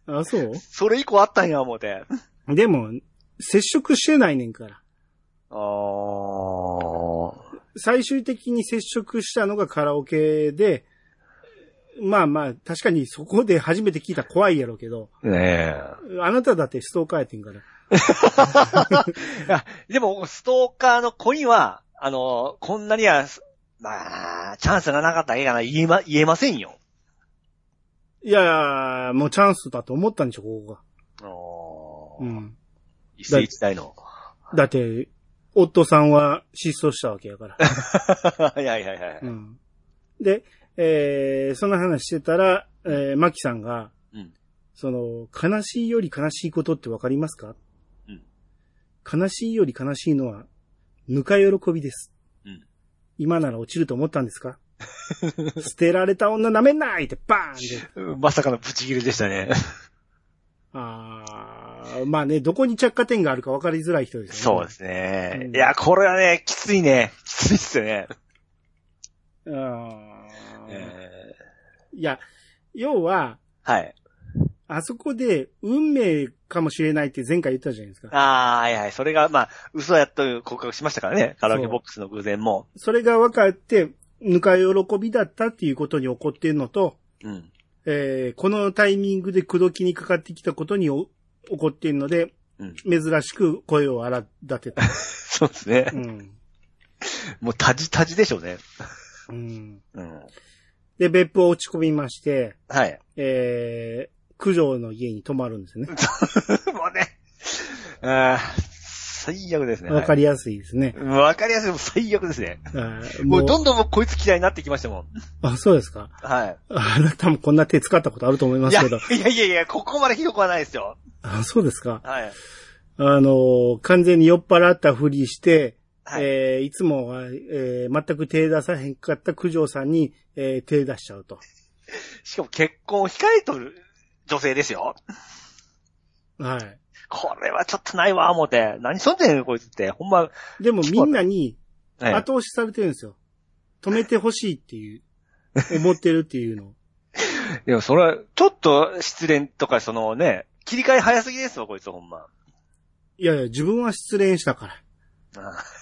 Speaker 1: う。あ、そう
Speaker 2: それ以降あったんや、思うて。
Speaker 1: でも、接触してないねんから。
Speaker 2: ああ。
Speaker 1: 最終的に接触したのがカラオケで、まあまあ、確かにそこで初めて聞いたら怖いやろうけど、
Speaker 2: ね
Speaker 1: [LAUGHS] あなただってストーカーやってんから。
Speaker 2: え。あでも、ストーカーの子には、あの、こんなには、まあ、チャンスがなかったらええかな、言えま、言えませんよ。
Speaker 1: いやー、もうチャンスだと思ったんでしょ、ここが。
Speaker 2: お
Speaker 1: うん。
Speaker 2: 一世一代
Speaker 1: [LAUGHS]
Speaker 2: の。
Speaker 1: だって、夫さんは失踪したわけやから。
Speaker 2: いやいやいやいうや。
Speaker 1: ん。で、えー、その話してたら、えー、マキさんが、
Speaker 2: うん
Speaker 1: その、悲しいより悲しいことってわかりますか
Speaker 2: うん
Speaker 1: 悲しいより悲しいのは、ぬか喜びです。
Speaker 2: うん
Speaker 1: 今なら落ちると思ったんですか [LAUGHS] 捨てられた女舐めんないってバーンって。
Speaker 2: まさかのブチ切れでしたね。
Speaker 1: あーまあね、どこに着火点があるか分かりづらい人ですよ
Speaker 2: そう
Speaker 1: ね。
Speaker 2: ですね。
Speaker 1: うん
Speaker 2: いや、これはね、きついね。きついっすよね。
Speaker 1: そうです。あー
Speaker 2: えー
Speaker 1: いや、要は、
Speaker 2: はい。
Speaker 1: あそこで運命かもしれないって前回言ったじゃないですか。
Speaker 2: ああ、はいはい。それが、まあ、嘘やという告白しましたからね。カラオケボックスの偶然も。
Speaker 1: それが分かって、ぬか喜びだったっていうことに起こってんのと、
Speaker 2: うん。
Speaker 1: えーこのタイミングで口説きにかかってきたことにお起こってんので、
Speaker 2: うん
Speaker 1: 珍しく声を荒立てた。
Speaker 2: [LAUGHS] そうですね
Speaker 1: う。ん。
Speaker 2: もう、たじたじでしょうね。
Speaker 1: うん。
Speaker 2: うん。
Speaker 1: で、別府を落ち込みまして、
Speaker 2: はい。
Speaker 1: えー、九条の家に泊まるんですね。
Speaker 2: もうね。あー最悪ですね。
Speaker 1: わかりやすいですね。
Speaker 2: はいわかりやすい。もう最悪ですね。
Speaker 1: あーも
Speaker 2: もう
Speaker 1: う
Speaker 2: どんどんもうこいつ嫌いになってきましたもん。
Speaker 1: あ、そうですか。
Speaker 2: は
Speaker 1: あなたもこんな手使ったことあると思い
Speaker 2: い。
Speaker 1: ま
Speaker 2: い
Speaker 1: す
Speaker 2: や、
Speaker 1: けど。
Speaker 2: いやいやいや、ここまでひどくはないですよ。
Speaker 1: あ、そうですか。
Speaker 2: はい。
Speaker 1: あのー完全に酔っ払ったふりして、
Speaker 2: はい。
Speaker 1: えーいつもは、えー全く手出さへんかった九条さんに、えー手出しちゃうと。
Speaker 2: しかも結婚を控えとる女性ですよ。
Speaker 1: はい。
Speaker 2: これはちょっとないわ、思って。何しとんねん、こいつって。ほんま、
Speaker 1: でもみんなに
Speaker 2: はい
Speaker 1: 後押しされてるんですよ。止めてほしいって
Speaker 2: [LAUGHS]
Speaker 1: いう、思ってるっていうの。
Speaker 2: いや、それは、ちょっと失恋とか、そのね、切り替え早すぎですわ、こいつ、ほんま。
Speaker 1: いやいや、自分は失恋したか
Speaker 2: あ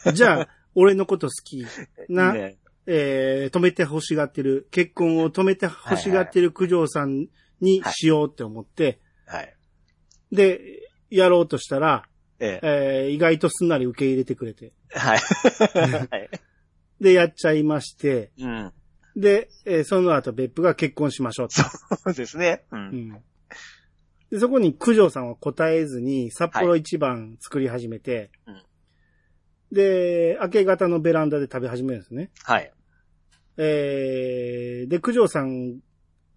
Speaker 1: ら。じ
Speaker 2: [LAUGHS]
Speaker 1: ゃあ、俺のこと好きな、
Speaker 2: ね
Speaker 1: えー止めて欲しがってる、結婚を止めて欲しがってる九条さんにしようって思って、
Speaker 2: はい。
Speaker 1: で、やろうとしたら、
Speaker 2: え
Speaker 1: えー意外とすんなり受け入れてくれて。[LAUGHS]
Speaker 2: え。はい。はい。
Speaker 1: で、やっちゃいまして、
Speaker 2: うん。
Speaker 1: で、えーその後別府が結婚しましょうと。
Speaker 2: そうですね。う。
Speaker 1: うんんでそこに九条さんは答えずに札幌一番作り始めて、
Speaker 2: はいうん
Speaker 1: で、明け方のベランダで食べ始めるんですね。
Speaker 2: はい。
Speaker 1: えーで、九条さん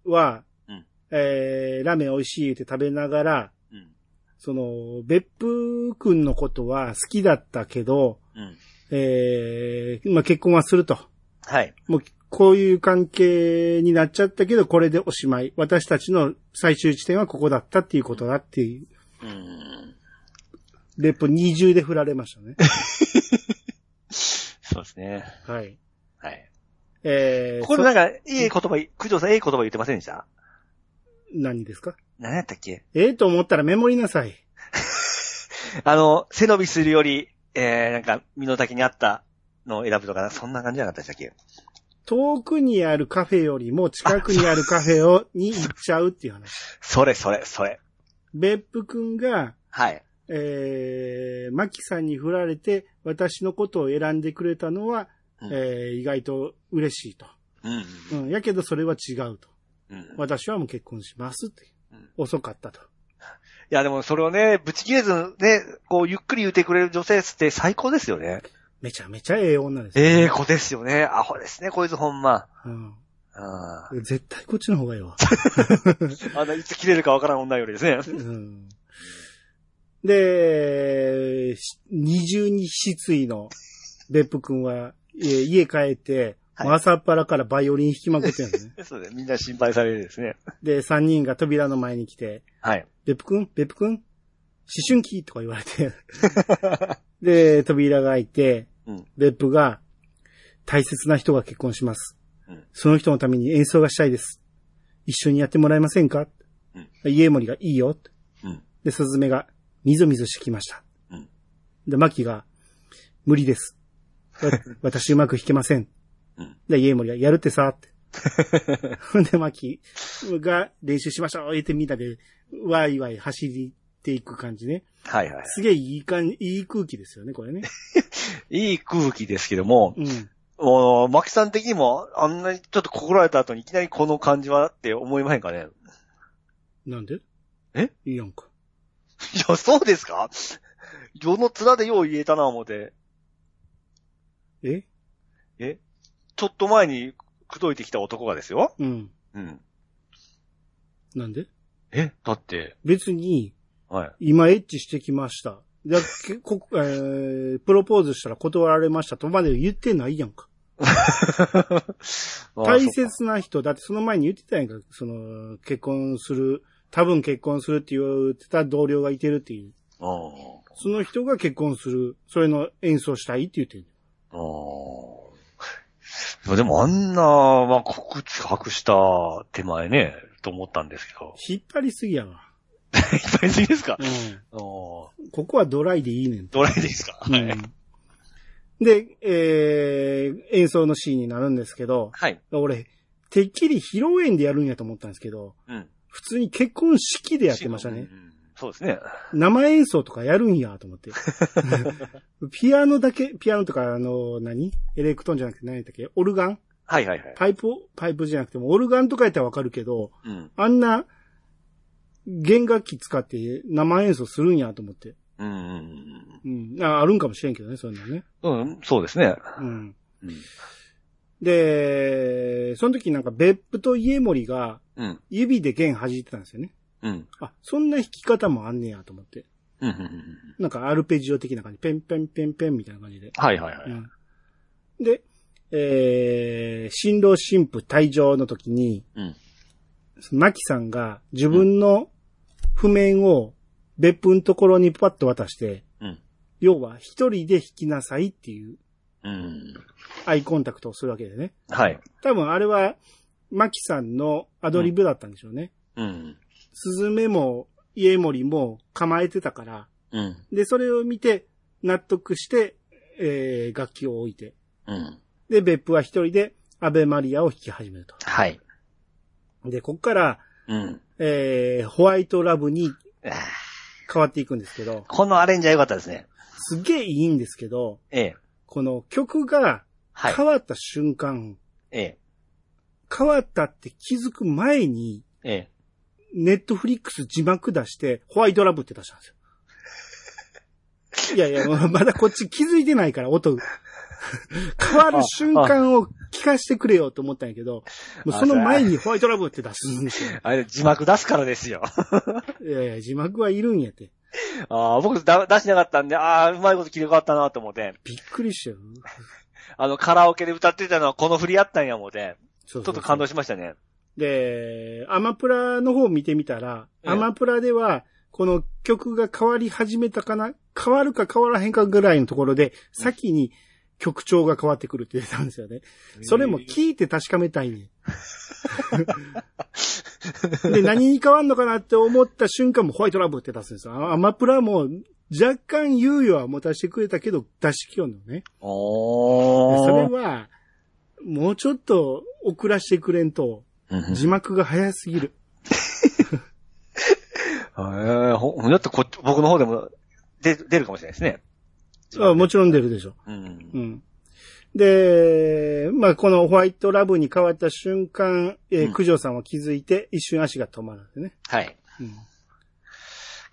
Speaker 1: は、
Speaker 2: うん
Speaker 1: えーラーメン美味しい言って食べながら、
Speaker 2: うん。
Speaker 1: その、別府くんのことは好きだったけど、
Speaker 2: うん。
Speaker 1: えーまあ、結婚はすると。
Speaker 2: はい。
Speaker 1: もう、こういう関係になっちゃったけど、これでおしまい。私たちの最終地点はここだったっていうことだっていう。
Speaker 2: うん。
Speaker 1: レッポ二重で振られましたね。
Speaker 2: そうですね。
Speaker 1: はい。
Speaker 2: [LAUGHS] はい。
Speaker 1: えー、
Speaker 2: ここでなんか、いい言葉、九条さん、いい言葉言ってませんでした
Speaker 1: そ何ですか
Speaker 2: 何やったっけ
Speaker 1: ええと思ったらメモりなさい。
Speaker 2: あの、背伸びするより、えー、なんか、身の丈に合ったのを選ぶとかな、そんな感じじゃなかったでしたっけ
Speaker 1: 遠くにあるカフェよりも近くにあるカフェを、に行っちゃうっていう話。
Speaker 2: [LAUGHS] それ、それ、それ。
Speaker 1: 別府くんが、
Speaker 2: はい。
Speaker 1: えー、マキさんに振られて、私のことを選んでくれたのは、
Speaker 2: うん
Speaker 1: えー、意外と嬉しいと。
Speaker 2: うん。
Speaker 1: うん。やけどそれは違うと。
Speaker 2: うん。
Speaker 1: 私はもう結婚しますって
Speaker 2: うん。
Speaker 1: 遅かったと。
Speaker 2: いや、でもそれをね、ぶち切れずね、こう、ゆっくり言ってくれる女性って最高ですよね。
Speaker 1: めちゃめちゃええ女です、
Speaker 2: ええ子ですよね。アホですね、こいつほんま。
Speaker 1: うん。
Speaker 2: あ
Speaker 1: 絶対こっちの方がいい
Speaker 2: [LAUGHS]
Speaker 1: わ。
Speaker 2: あの、いつ切れるかわからん女よりですね。
Speaker 1: うんで、し二重に失意の別府くんは、えー家帰って、
Speaker 2: はい。
Speaker 1: もう朝っぱらからバイオリン弾きまくってるのね
Speaker 2: そうで、みんな心配されるですね。
Speaker 1: で、三人が扉の前に来て、
Speaker 2: はい。
Speaker 1: 別府くん別府くん思春期とか言われ
Speaker 2: [LAUGHS]
Speaker 1: て。で、扉が開いて、
Speaker 2: うん。
Speaker 1: 別府が、大切な人が結婚します。
Speaker 2: うん
Speaker 1: その人のために演奏がしたいです。一緒にやってもらえませんか、
Speaker 2: うん
Speaker 1: 家森がいいよ。
Speaker 2: うん。
Speaker 1: で、スズメが、みぞみぞしてきました。
Speaker 2: うん
Speaker 1: で、マキが、
Speaker 2: [LAUGHS]
Speaker 1: 無理です。わ私うまく弾けません。
Speaker 2: うん [LAUGHS]
Speaker 1: で、家森が、やるってさ、って。ほんで、巻が練習しましょう言ってみんなで、ワイワイ走っていく感じね。
Speaker 2: はいはい。
Speaker 1: すげえいい感じ、いい空気ですよね、これね。
Speaker 2: いい空気ですけども、
Speaker 1: うん。
Speaker 2: もう、マキさん的にも、あんなにちょっと告られた後にいきなりこの感じはって思いまへんかね。
Speaker 1: なんで
Speaker 2: え
Speaker 1: いいやんか。
Speaker 2: [LAUGHS] いや、そうですか世の面でよう言えたな、思って。
Speaker 1: え
Speaker 2: ちょっと前に、口説いてきた男がですよ。
Speaker 1: うん。
Speaker 2: うん。
Speaker 1: なんで
Speaker 2: えだって、
Speaker 1: 別に、
Speaker 2: はい。
Speaker 1: 今エッチしてきました。だけこえー、プロポーズしたら断られましたとまで言ってないやんか。
Speaker 2: [LAUGHS]
Speaker 1: 大切な人、だってその前に言ってたやんか。その、結婚する、多分結婚するって言ってた同僚がいてるっていう。
Speaker 2: あそっか
Speaker 1: その人が結婚する、それの演奏したいって言ってる。
Speaker 2: うん。うん。でもあんな、まあ、告知隠した手前ね、と思ったんですけ
Speaker 1: [LAUGHS]
Speaker 2: ど。
Speaker 1: 引っ張りすぎやわ。
Speaker 2: いっぱいすぎです
Speaker 1: う
Speaker 2: かあー
Speaker 1: ん。ここはドライでいいねん。
Speaker 2: ドライですかは
Speaker 1: う
Speaker 2: い。
Speaker 1: んで、えー、演奏のシーンになるんですけど、
Speaker 2: はい。
Speaker 1: 俺、てっきり披露宴でやるんやと思ったんですけど、
Speaker 2: うん。
Speaker 1: 普通に結婚式でやってました
Speaker 2: う
Speaker 1: ね。
Speaker 2: ん。そうですね。
Speaker 1: 生演奏とかやるんやと思
Speaker 2: [LAUGHS]
Speaker 1: って。ピアノだけ、ピアノとか、あの、何エレクトーンじゃなくて何やったっけオルガン
Speaker 2: はいはいはい。
Speaker 1: パイプ、パイプじゃなくても、オルガンとかやったらわかるけど、
Speaker 2: うん。
Speaker 1: あんな、弦楽器使って生演奏するんやと思って。
Speaker 2: うんうん
Speaker 1: うん。ああるんかもしれんけどね、そういうのね。
Speaker 2: うん。うん、そうですね。
Speaker 1: うん。
Speaker 2: うん。
Speaker 1: で、その時なんか別府と家森が
Speaker 2: うん。
Speaker 1: 指で弦弾いてたんですよね。
Speaker 2: うん。
Speaker 1: あ、そんな弾き方もあんねやと思って。
Speaker 2: うんうんうん。
Speaker 1: なんかアルペジオ的な感じ。ペンペンペンペンみたいな感じで。
Speaker 2: はいはいは
Speaker 1: う
Speaker 2: い。
Speaker 1: ん、で、えー、新郎新婦退場の時に、
Speaker 2: うん。
Speaker 1: マキさんが自分の譜面を別府のところにパッと渡して、
Speaker 2: うん。
Speaker 1: 要は一人で弾きなさいっていう
Speaker 2: うん。
Speaker 1: アイコンタクトをするわけでね。
Speaker 2: はい。
Speaker 1: 多分あれは、マキさんのアドリブだったんでしょうね。
Speaker 2: うん。
Speaker 1: スズメも家森も構えてたから、
Speaker 2: うん。
Speaker 1: で、それを見て納得して、えー、楽器を置いて。
Speaker 2: うん。
Speaker 1: で、別府は一人でアベマリアを弾き始めると。
Speaker 2: はい。
Speaker 1: で、こっから、
Speaker 2: うん。
Speaker 1: えー、ホワイトラブに
Speaker 2: あー
Speaker 1: 変わっていくんですけど、
Speaker 2: このアレンジは良かったですね。
Speaker 1: すげえいいんですけど、
Speaker 2: ええ。
Speaker 1: この曲が
Speaker 2: はい。
Speaker 1: 変わった瞬間、
Speaker 2: ええ。
Speaker 1: 変わったって気づく前に、
Speaker 2: ええ。
Speaker 1: ネットフリックス字幕出して、ホワイトラブって出したんですよ。いやいや、もうまだこっち気づいてないから、音。変わる瞬間を聞かせてくれよと思ったんやけど、もうその前にホワイトラブって出すんですよ。
Speaker 2: あれ、字幕出すからですよ。 [LAUGHS]
Speaker 1: いやいや、字幕はいるんやって。
Speaker 2: ああ、僕だ出してなかったんで、ああ、うまいこと切り替わったなと思って、
Speaker 1: びっくりしたよ。
Speaker 2: あの、カラオケで歌ってたのはこの振りやったんや思って、
Speaker 1: ちょ
Speaker 2: ちょっと感動
Speaker 1: し
Speaker 2: しましたね。
Speaker 1: で、アマプラの方見てみたら、
Speaker 2: ええ
Speaker 1: アマプラでは、この曲が変わり始めたかな変わるか変わらへんかぐらいのところで、先に曲調が変わってくるって言ってたんですよね。それも聞いて確かめたい
Speaker 2: [LAUGHS]
Speaker 1: ねん。で、何に変わんのかなって思った瞬間もホワイトラブって出すんですよ。あアマプラも若干猶予は持たせてくれたけど出しきよんのね。で
Speaker 2: お
Speaker 1: それ
Speaker 2: ー。
Speaker 1: は、もうちょっと遅らしてくれんと、
Speaker 2: うん
Speaker 1: 字幕が早すぎる。
Speaker 2: ええ、ほ、ほんだってこっち、僕の方でも、で、出るかもしれないですね。
Speaker 1: あもちろん出るでしょ。う
Speaker 2: う。
Speaker 1: んん。で、まあ、このホワイトラブに変わった瞬間、えー
Speaker 2: うん
Speaker 1: 九条さんは気づいて一瞬足が止まるんでね。
Speaker 2: はい。
Speaker 1: うん。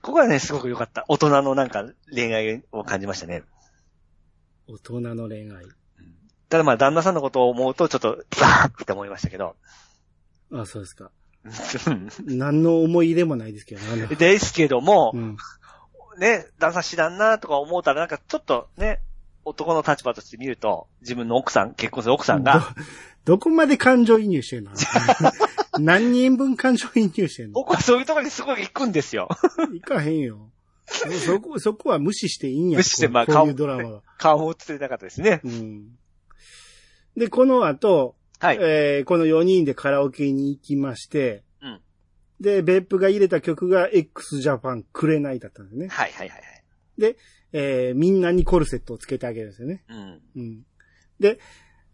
Speaker 2: ここはね、すごく良かった。大人のなんか恋愛を感じましたね。
Speaker 1: 大人の恋愛。
Speaker 2: ただまあ、旦那さんのことを思うと、ちょっと、バーって思いましたけ [LAUGHS] ど。
Speaker 1: あ、そうですか。
Speaker 2: うん
Speaker 1: 何の思い入れもないですけどね。あの
Speaker 2: ですけども
Speaker 1: う、ん。
Speaker 2: ね、旦那さん知らんなとか思うたら、なんかちょっとね、男の立場として見ると、自分の奥さん、結婚する奥さんが、
Speaker 1: どこまで感情移入してんの [LAUGHS] 何人分感情移入してんの
Speaker 2: 僕はそういうところにすごい行くんですよ。 [LAUGHS]
Speaker 1: いかへんよ。そそこ、そこは無視していいんや。
Speaker 2: 無視して
Speaker 1: こう
Speaker 2: まあ
Speaker 1: こういうド
Speaker 2: 顔
Speaker 1: ラマは。
Speaker 2: 顔も映ってなかったですね。
Speaker 1: うん。で、この後、
Speaker 2: はい。
Speaker 1: えーこの4人でカラオケに行きまして、
Speaker 2: うん
Speaker 1: で、別府が入れた曲が x ジャパンくれないだったんですね。
Speaker 2: はいはいはいはい。
Speaker 1: えーみんなにコルセットをつけてあげるんですよね。
Speaker 2: うん。
Speaker 1: うんで、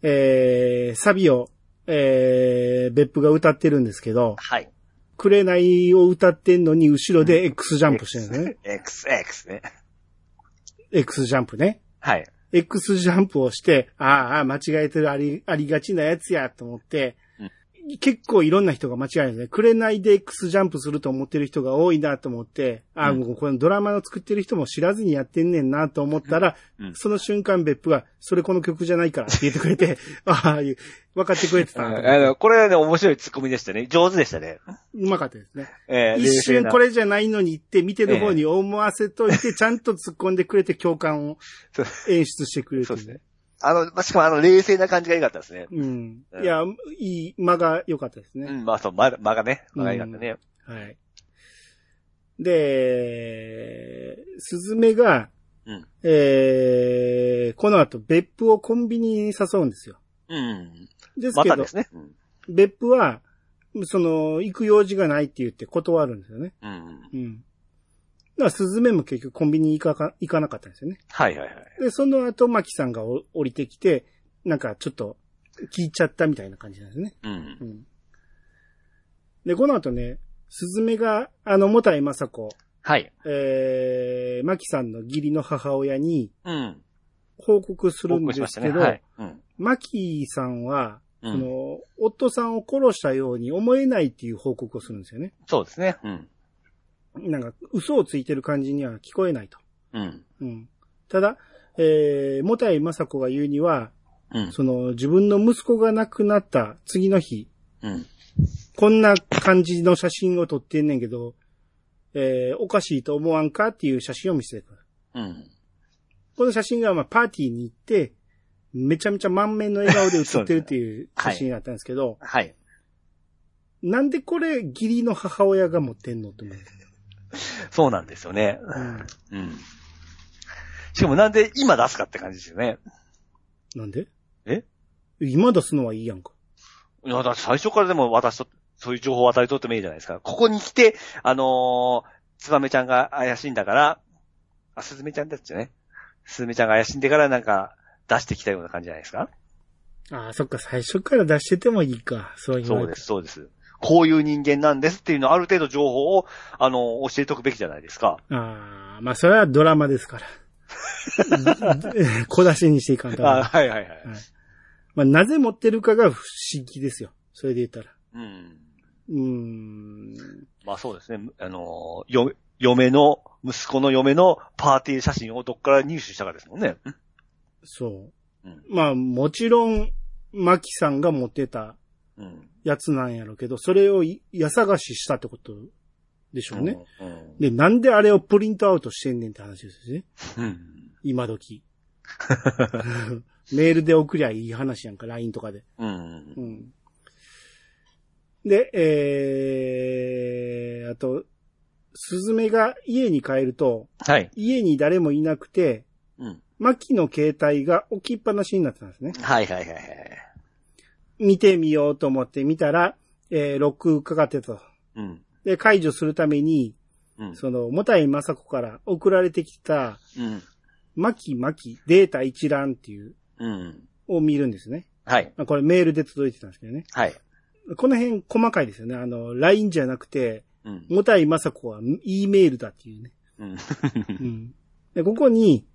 Speaker 1: えーサビを、ええー、別府が歌ってるんですけど、
Speaker 2: はい。
Speaker 1: くれないを歌ってんのに、後ろで X ジャンプしてるん
Speaker 2: [LAUGHS]
Speaker 1: ですね。
Speaker 2: X、X ね。
Speaker 1: X ジャンプね。
Speaker 2: はい。
Speaker 1: X ジャンプをして、あーあー、間違えてるあり、ありがちなやつやと思って、結構いろんな人が間違えるんですね。くれないで X ジャンプすると思ってる人が多いなと思って、ああ、
Speaker 2: うん
Speaker 1: もうこのドラマの作ってる人も知らずにやってんねんなと思ったら、
Speaker 2: うん
Speaker 1: その瞬間別府が、それこの曲じゃないからって言ってくれて、 [LAUGHS] ああ、分かってくれてたなと思
Speaker 2: あ
Speaker 1: って
Speaker 2: の、これはね、面白いツッコミでしたね。上手でしたね。
Speaker 1: うまかったですね。
Speaker 2: えー
Speaker 1: 一瞬こ
Speaker 2: れ。
Speaker 1: れじゃないのにって見てる方に思わせといて、ちゃんと突っ込んでくれて共感を
Speaker 2: [LAUGHS] そう
Speaker 1: 演出してくれるとい
Speaker 2: そうですね。あの、まあしかもあの、冷静な感じが良かったですね。
Speaker 1: うん
Speaker 2: う。ん
Speaker 1: いや、いい間が良かったです
Speaker 2: う
Speaker 1: ね。
Speaker 2: ん、まあそう、ま、間がね、間が良かったね。
Speaker 1: はい。で、スズメが、
Speaker 2: うん
Speaker 1: えー、この後別府をコンビニに誘うんですよ。
Speaker 2: うん。
Speaker 1: です
Speaker 2: ま
Speaker 1: け
Speaker 2: た
Speaker 1: ど
Speaker 2: で、すね。うん。
Speaker 1: 別府は、その、行く用事がないって言って断るんですよね。
Speaker 2: うん。
Speaker 1: うん。だから、スズメも結局コンビニに行かか行かなかったんですよね。
Speaker 2: はいはいはい。
Speaker 1: で、その後、マキさんがお降りてきて、なんかちょっと聞いちゃったみたいな感じなんですね。
Speaker 2: うん
Speaker 1: う。ん。で、この後ね、スズメが、あの、もたいまさこ、
Speaker 2: はい。
Speaker 1: えー、マキさんの義理の母親に
Speaker 2: うん。
Speaker 1: 報告するん
Speaker 2: 報告し
Speaker 1: で
Speaker 2: まし
Speaker 1: す
Speaker 2: た
Speaker 1: け
Speaker 2: ね。
Speaker 1: ど、
Speaker 2: はい。うん。
Speaker 1: マキさんは、
Speaker 2: う
Speaker 1: そ
Speaker 2: ん。
Speaker 1: の、夫さんを殺したように思えないっていう報告をするんですよね。
Speaker 2: そうですね。うん。
Speaker 1: なんか、嘘をついてる感じには聞こえないと。
Speaker 2: うん。
Speaker 1: うん。ただ、えー、もたいまさこが言うには、
Speaker 2: うん。
Speaker 1: その、自分の息子が亡くなった次の日、
Speaker 2: うん。
Speaker 1: こんな感じの写真を撮ってんねんけど、えー、おかしいと思わんかっていう写真を見せてくる。
Speaker 2: うん。
Speaker 1: この写真が、まあ、パーティーに行って、めちゃめちゃ満面の笑顔で写ってるっていう
Speaker 2: はい
Speaker 1: 写真だったんですけど、
Speaker 2: はい。
Speaker 1: なんでこれ、義理の母親が持ってんのって思う。
Speaker 2: そうなんですよね。
Speaker 1: うん
Speaker 2: うん。しかもなんで今出すかって感じですよね。
Speaker 1: なんで
Speaker 2: え
Speaker 1: 今出すのはいいやんか。
Speaker 2: いや、だって最初からでも私と、そういう情報を与えとってもいいじゃないですか。ここに来て、あのー、つばめちゃんが怪しいんだから、あ、すずめちゃんだっちね。すずめちゃんが怪しんでからなんか出してきたような感じじゃないですか。
Speaker 1: ああ、そっか、最初から出しててもいいか。そういう
Speaker 2: そうです、そうです。こういう人間なんですっていうのをある程度情報を、あのー教えておくべきじゃないですか。
Speaker 1: ああ、まあ、それはドラマです [LAUGHS] から。小出しにしていかんと。
Speaker 2: あ
Speaker 1: ま
Speaker 2: はいはいはい。
Speaker 1: あ、なぜ持ってるかが不思議ですよ。それで言ったら。
Speaker 2: うん。
Speaker 1: うーん。
Speaker 2: まあそうですね。あのー、よ、嫁の、息子の嫁のパーティー写真をどっから入手したかですもんね。
Speaker 1: そう
Speaker 2: うん。
Speaker 1: まあ、もちろん、マキさんが持ってた
Speaker 2: うん。
Speaker 1: やつなんやろうけど、それをい家探ししたってことでしょうね。
Speaker 2: うん。
Speaker 1: で、なんであれをプリントアウトしてんねんって話ですよね。
Speaker 2: うん。
Speaker 1: 今
Speaker 2: [LAUGHS]
Speaker 1: 時。メールで送りゃいい話やんか、LINE とかで。
Speaker 2: うん
Speaker 1: う。んで、えー、あと、スズメが家に帰ると、
Speaker 2: はい。
Speaker 1: 家に誰もいなくて、
Speaker 2: うん。
Speaker 1: マキの携帯が置きっぱなしになってたんですね。
Speaker 2: はいはいはいはい。
Speaker 1: 見てみようと思って見たら、えー、ロックかかってたと。
Speaker 2: うん。
Speaker 1: で、解除するために、
Speaker 2: うん。
Speaker 1: その、もたいまさこから送られてきた、
Speaker 2: うん。
Speaker 1: マキマキデータ一覧っていう、
Speaker 2: うん。
Speaker 1: を見るんですね。
Speaker 2: はい。
Speaker 1: まあこれメールで届いてたんですけどね。
Speaker 2: はい。
Speaker 1: この辺細かいですよね。あの、LINE じゃなくて、
Speaker 2: うん。
Speaker 1: もたいまさこは E メールだっていうね。
Speaker 2: うん。
Speaker 1: うん。で、ここに、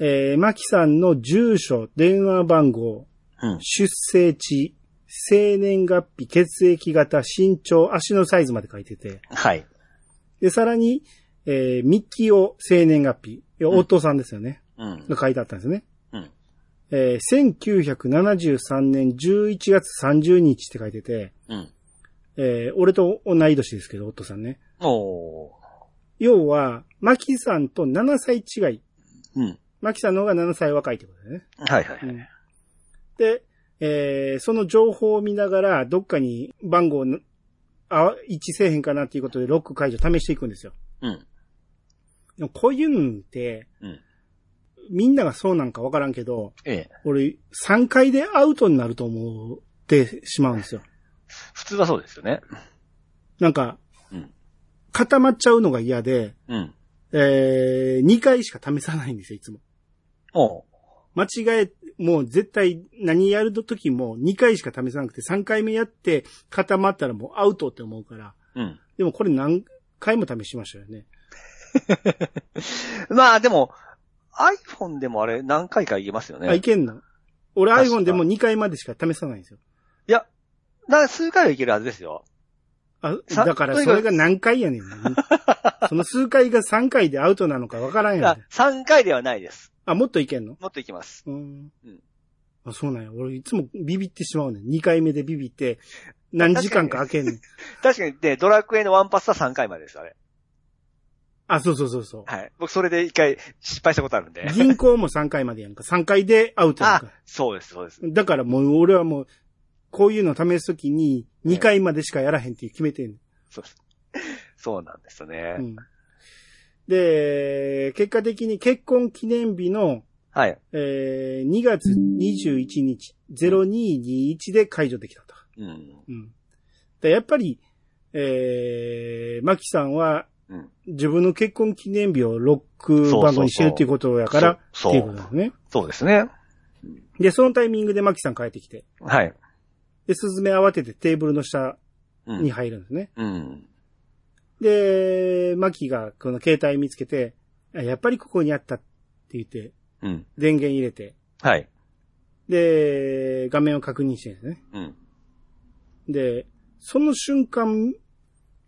Speaker 1: えー、まきさんの住所、電話番号、
Speaker 2: うん。
Speaker 1: 出生地、生年月日、血液型、身長、足のサイズまで書いてて。
Speaker 2: はい。
Speaker 1: で、さらに、えー、ミキオ、生年月日、いや
Speaker 2: うん
Speaker 1: 夫さんですよね。
Speaker 2: うん。
Speaker 1: が書いてあったんですね。
Speaker 2: うん。
Speaker 1: えー、1973年11月30日って書いてて、
Speaker 2: うん。
Speaker 1: えー、俺と同い年ですけど、夫さんね。
Speaker 2: おー。
Speaker 1: 要は、マキさんと7歳違い。
Speaker 2: うん。
Speaker 1: マキさんの方が7歳若いってことだよね。
Speaker 2: はいはいはい。
Speaker 1: で、えー、その情報を見ながら、どっかに番号の、あ、一致せえへんかなっていうことでロック解除試していくんですよ。
Speaker 2: うん。
Speaker 1: でもこういうんって、
Speaker 2: うん。
Speaker 1: みんながそうなんかわからんけど、
Speaker 2: ええ。
Speaker 1: 俺、3回でアウトになると思ってしまうんですよ。
Speaker 2: 普通はそうですよね。
Speaker 1: なんか、
Speaker 2: うん
Speaker 1: 固まっちゃうのが嫌で、
Speaker 2: うん。
Speaker 1: えー、2回しか試さないんですよ、いつも。
Speaker 2: おー。
Speaker 1: 間違え、もう絶対何やる時も2回しか試さなくて3回目やって固まったらもうアウトって思うから。
Speaker 2: うん。
Speaker 1: でもこれ何回も試しましたよね。
Speaker 2: [LAUGHS] まあでも、iPhone でもあれ何回か言えますよね。
Speaker 1: あ、いけんな。俺
Speaker 2: 確か
Speaker 1: iPhone でも2回までしか試さないんですよ。
Speaker 2: な、数回はいけるはずですよ。
Speaker 1: あ、
Speaker 2: さ
Speaker 1: だからそれが何回
Speaker 2: [LAUGHS]
Speaker 1: やねん。その数回が3回でアウトなのかわからん
Speaker 2: い
Speaker 1: や
Speaker 2: や
Speaker 1: ん。
Speaker 2: 3回ではないです。
Speaker 1: あ、もっといけんの
Speaker 2: もっといきます。
Speaker 1: うん
Speaker 2: うん。
Speaker 1: あ、そうなんや。俺いつもビビってしまうねん。2回目でビビって、何時間か開けんねん。
Speaker 2: 確かに、で、ドラクエのワンパスは3回までです、あれ。
Speaker 1: あ、そうそうそうそう。
Speaker 2: はい。僕それで一回失敗したことあるんで。
Speaker 1: 銀行も3回までやんか。3回でアウトやん
Speaker 2: あ
Speaker 1: か。、
Speaker 2: [LAUGHS] そうです、そうです。
Speaker 1: だからもう俺はもう、こういうの試すときに2回までしかやらへんって決めてんの、
Speaker 2: そうです。そうなんですよね。
Speaker 1: うん。で、結果的に結婚記念日の、
Speaker 2: はい。
Speaker 1: えー2月21日、0221で解除できたと。
Speaker 2: うん。
Speaker 1: うん。でやっぱり、えー、マキさんは
Speaker 2: うん。
Speaker 1: 自分の結婚記念日をロック番号にしてるっていうことやから、
Speaker 2: そ
Speaker 1: っていうう
Speaker 2: そ
Speaker 1: こと
Speaker 2: う。
Speaker 1: ですね。
Speaker 2: そうですね。
Speaker 1: で、そのタイミングでマキさん帰ってきて、
Speaker 2: はい。
Speaker 1: で、スズメ慌ててテーブルの下
Speaker 2: う
Speaker 1: に
Speaker 2: ん。
Speaker 1: 入るんですね。
Speaker 2: うん。
Speaker 1: で、マキがこの携帯見つけて、あやっぱりここにあったって言って、
Speaker 2: うん。
Speaker 1: 電源入れて、
Speaker 2: はい。
Speaker 1: で、画面を確認してるんですね。
Speaker 2: うん。
Speaker 1: で、その瞬間、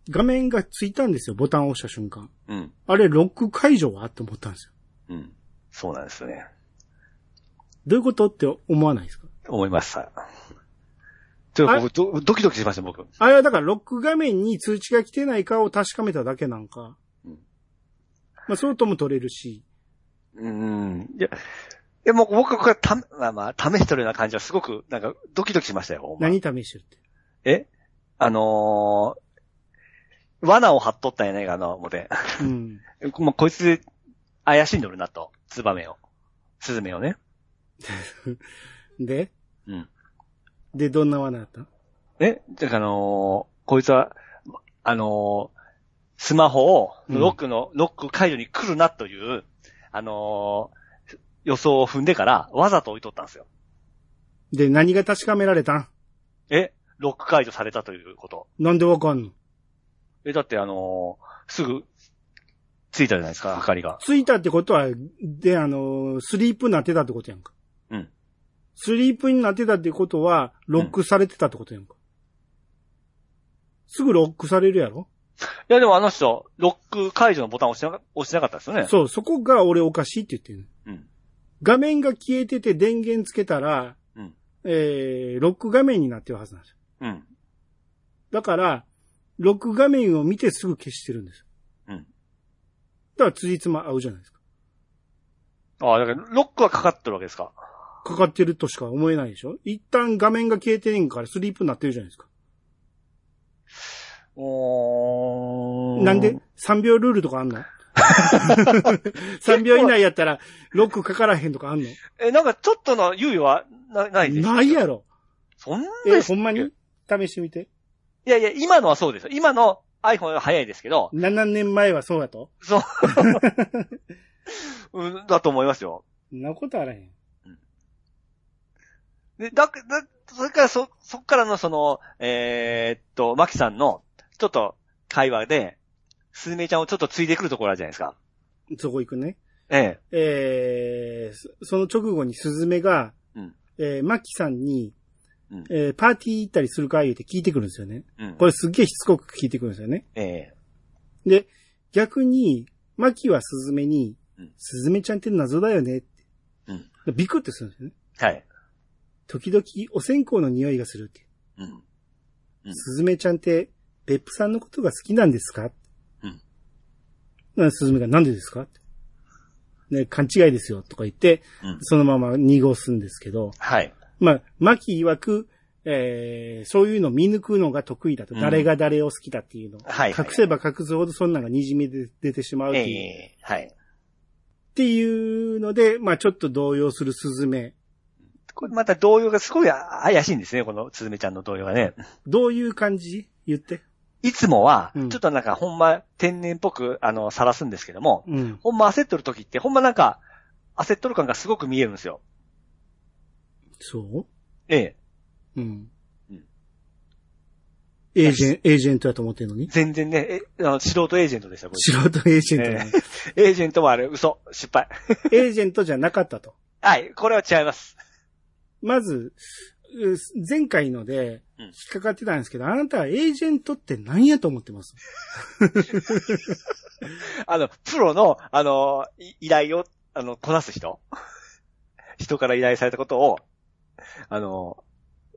Speaker 1: 画面がついたんですよ、ボタンを押した瞬間。
Speaker 2: うん。
Speaker 1: あれ、ロック解除はって思ったんですよ。
Speaker 2: うん。そうなんですよね。
Speaker 1: どういうことって思わないですか
Speaker 2: 思いました。ちょっと僕ド、ドキドキしました、僕。
Speaker 1: あれはだからロック画面に通知が来てないかを確かめただけなんか。
Speaker 2: うん
Speaker 1: まあ、そうとも取れるし。
Speaker 2: うん。いや、いやもう僕がた、まあまあ、試してるような感じはすごく、なんか、ドキドキしましたよ、ほんま
Speaker 1: 何試してるって。
Speaker 2: えあのー、罠を張っとったんやないかな、思って。
Speaker 1: うん。
Speaker 2: [LAUGHS] もうこいつ、怪しんどるなと、ツバメを。スズメをね。
Speaker 1: で
Speaker 2: うん。
Speaker 1: で、どんな罠だった
Speaker 2: えだからあのー、こいつは、あのー、スマホを、
Speaker 1: うん
Speaker 2: ロックの、ロック解除に来るなという、あのー予想を踏んでから、わざと置いとったんですよ。
Speaker 1: で、何が確かめられたん
Speaker 2: えロック解除されたということ。
Speaker 1: なんでわかんの
Speaker 2: え、だってあのーすぐ、ついたじゃないですか、明かりが。
Speaker 1: ついたってことは、で、あのー、スリープになってたってことやんか。
Speaker 2: うん。
Speaker 1: スリープになってたってことは、ロックされてたってことやんか。すぐロックされるやろ、
Speaker 2: いやでもあの人、ロック解除のボタンを押してなか押してなかったですよね。
Speaker 1: そう、そこが俺おかしいって言ってる。
Speaker 2: うん。
Speaker 1: 画面が消えてて電源つけたら、
Speaker 2: うん
Speaker 1: えー、ロック画面になってるはずなんですよ。
Speaker 2: うん。
Speaker 1: だから、ロック画面を見てすぐ消してるんですよ。
Speaker 2: うん。
Speaker 1: だから、辻褄合うじゃないですか。
Speaker 2: ああ、だから、ロックはかかってるわけですか。
Speaker 1: かかってるとしか思えないでしょ一旦画面が消えてねんからスリープになってるじゃないですか。
Speaker 2: お
Speaker 1: なんで ?3 秒ルールとか
Speaker 2: [LAUGHS]
Speaker 1: あんの ?3 秒以内やったら、ロックかからへんとかあんの
Speaker 2: え、なんかちょっとの猶予はなないです
Speaker 1: ないやろ。
Speaker 2: そんな
Speaker 1: え、
Speaker 2: です
Speaker 1: ほんまに試してみて。
Speaker 2: いやいや、今のはそうですよ。今の iPhone は早いですけど、
Speaker 1: 7年前はそうやと
Speaker 2: そう。うん、だと思いますよ。
Speaker 1: そんなことあらへん。
Speaker 2: で、だ、だ、それからそ、そっからのその、えーっと、マキさんの、ちょっと、会話で、スズメちゃんをちょっとついでくるところあるじゃないですか。
Speaker 1: そこ行くね。
Speaker 2: え
Speaker 1: えーそその直後にスズメが、
Speaker 2: うん
Speaker 1: えーマキさんに、
Speaker 2: うん
Speaker 1: えーパーティー行ったりするか言うて聞いてくるんですよね。
Speaker 2: えうん。
Speaker 1: これすっげえしつこく聞いてくるんですよね。
Speaker 2: ええ
Speaker 1: で、逆に、マキはスズメに
Speaker 2: うん、
Speaker 1: スズメちゃんって謎だよねって。
Speaker 2: うん
Speaker 1: でビクってするんですよね。
Speaker 2: はい。
Speaker 1: 時々お線香の匂いがするって。
Speaker 2: うん。うん
Speaker 1: スズメちゃんって、別府さんのことが好きなんですか
Speaker 2: うん。
Speaker 1: なスズメがなんでですかってね、勘違いですよとか言って、
Speaker 2: うん。
Speaker 1: そのまま濁すんですけど、
Speaker 2: はい。
Speaker 1: まあ、マキ曰く、えー、そういうの見抜くのが得意だと、
Speaker 2: うん
Speaker 1: 誰が誰を好きだっていうのを。
Speaker 2: はい。
Speaker 1: 隠せば隠すほどそんなんが滲み出出てしまうっ
Speaker 2: え
Speaker 1: ていう。
Speaker 2: えはい。
Speaker 1: っていうので、まあちょっと動揺するスズメ。
Speaker 2: これまた動揺がすごい怪しいんですね、このスズメちゃんの動揺がね。
Speaker 1: どういう感じ言って。
Speaker 2: いつもは、
Speaker 1: うん
Speaker 2: ちょっとなんかほんま天然っぽく、あの、晒すんですけども、
Speaker 1: うん。
Speaker 2: ほんま焦っとる時って、ほんまなんか、焦っとる感がすごく見えるんですよ。
Speaker 1: そ
Speaker 2: ええ。
Speaker 1: ううん
Speaker 2: うん。
Speaker 1: エージェン、エージェントやと思ってんのに
Speaker 2: 全然ね、え、あの素人エージェントでした、こいつ
Speaker 1: 素人エージェントなのに
Speaker 2: エージェントはあれ、嘘、失敗。
Speaker 1: エージェントじゃなかったと。
Speaker 2: はい、これは違います。
Speaker 1: まず、う前回ので
Speaker 2: うん
Speaker 1: 引っかかってたんですけど、あなたはエージェントって何やと思ってます
Speaker 2: あの、プロの、あの、い依頼を、あの、こなす人人から依頼されたことを、あの、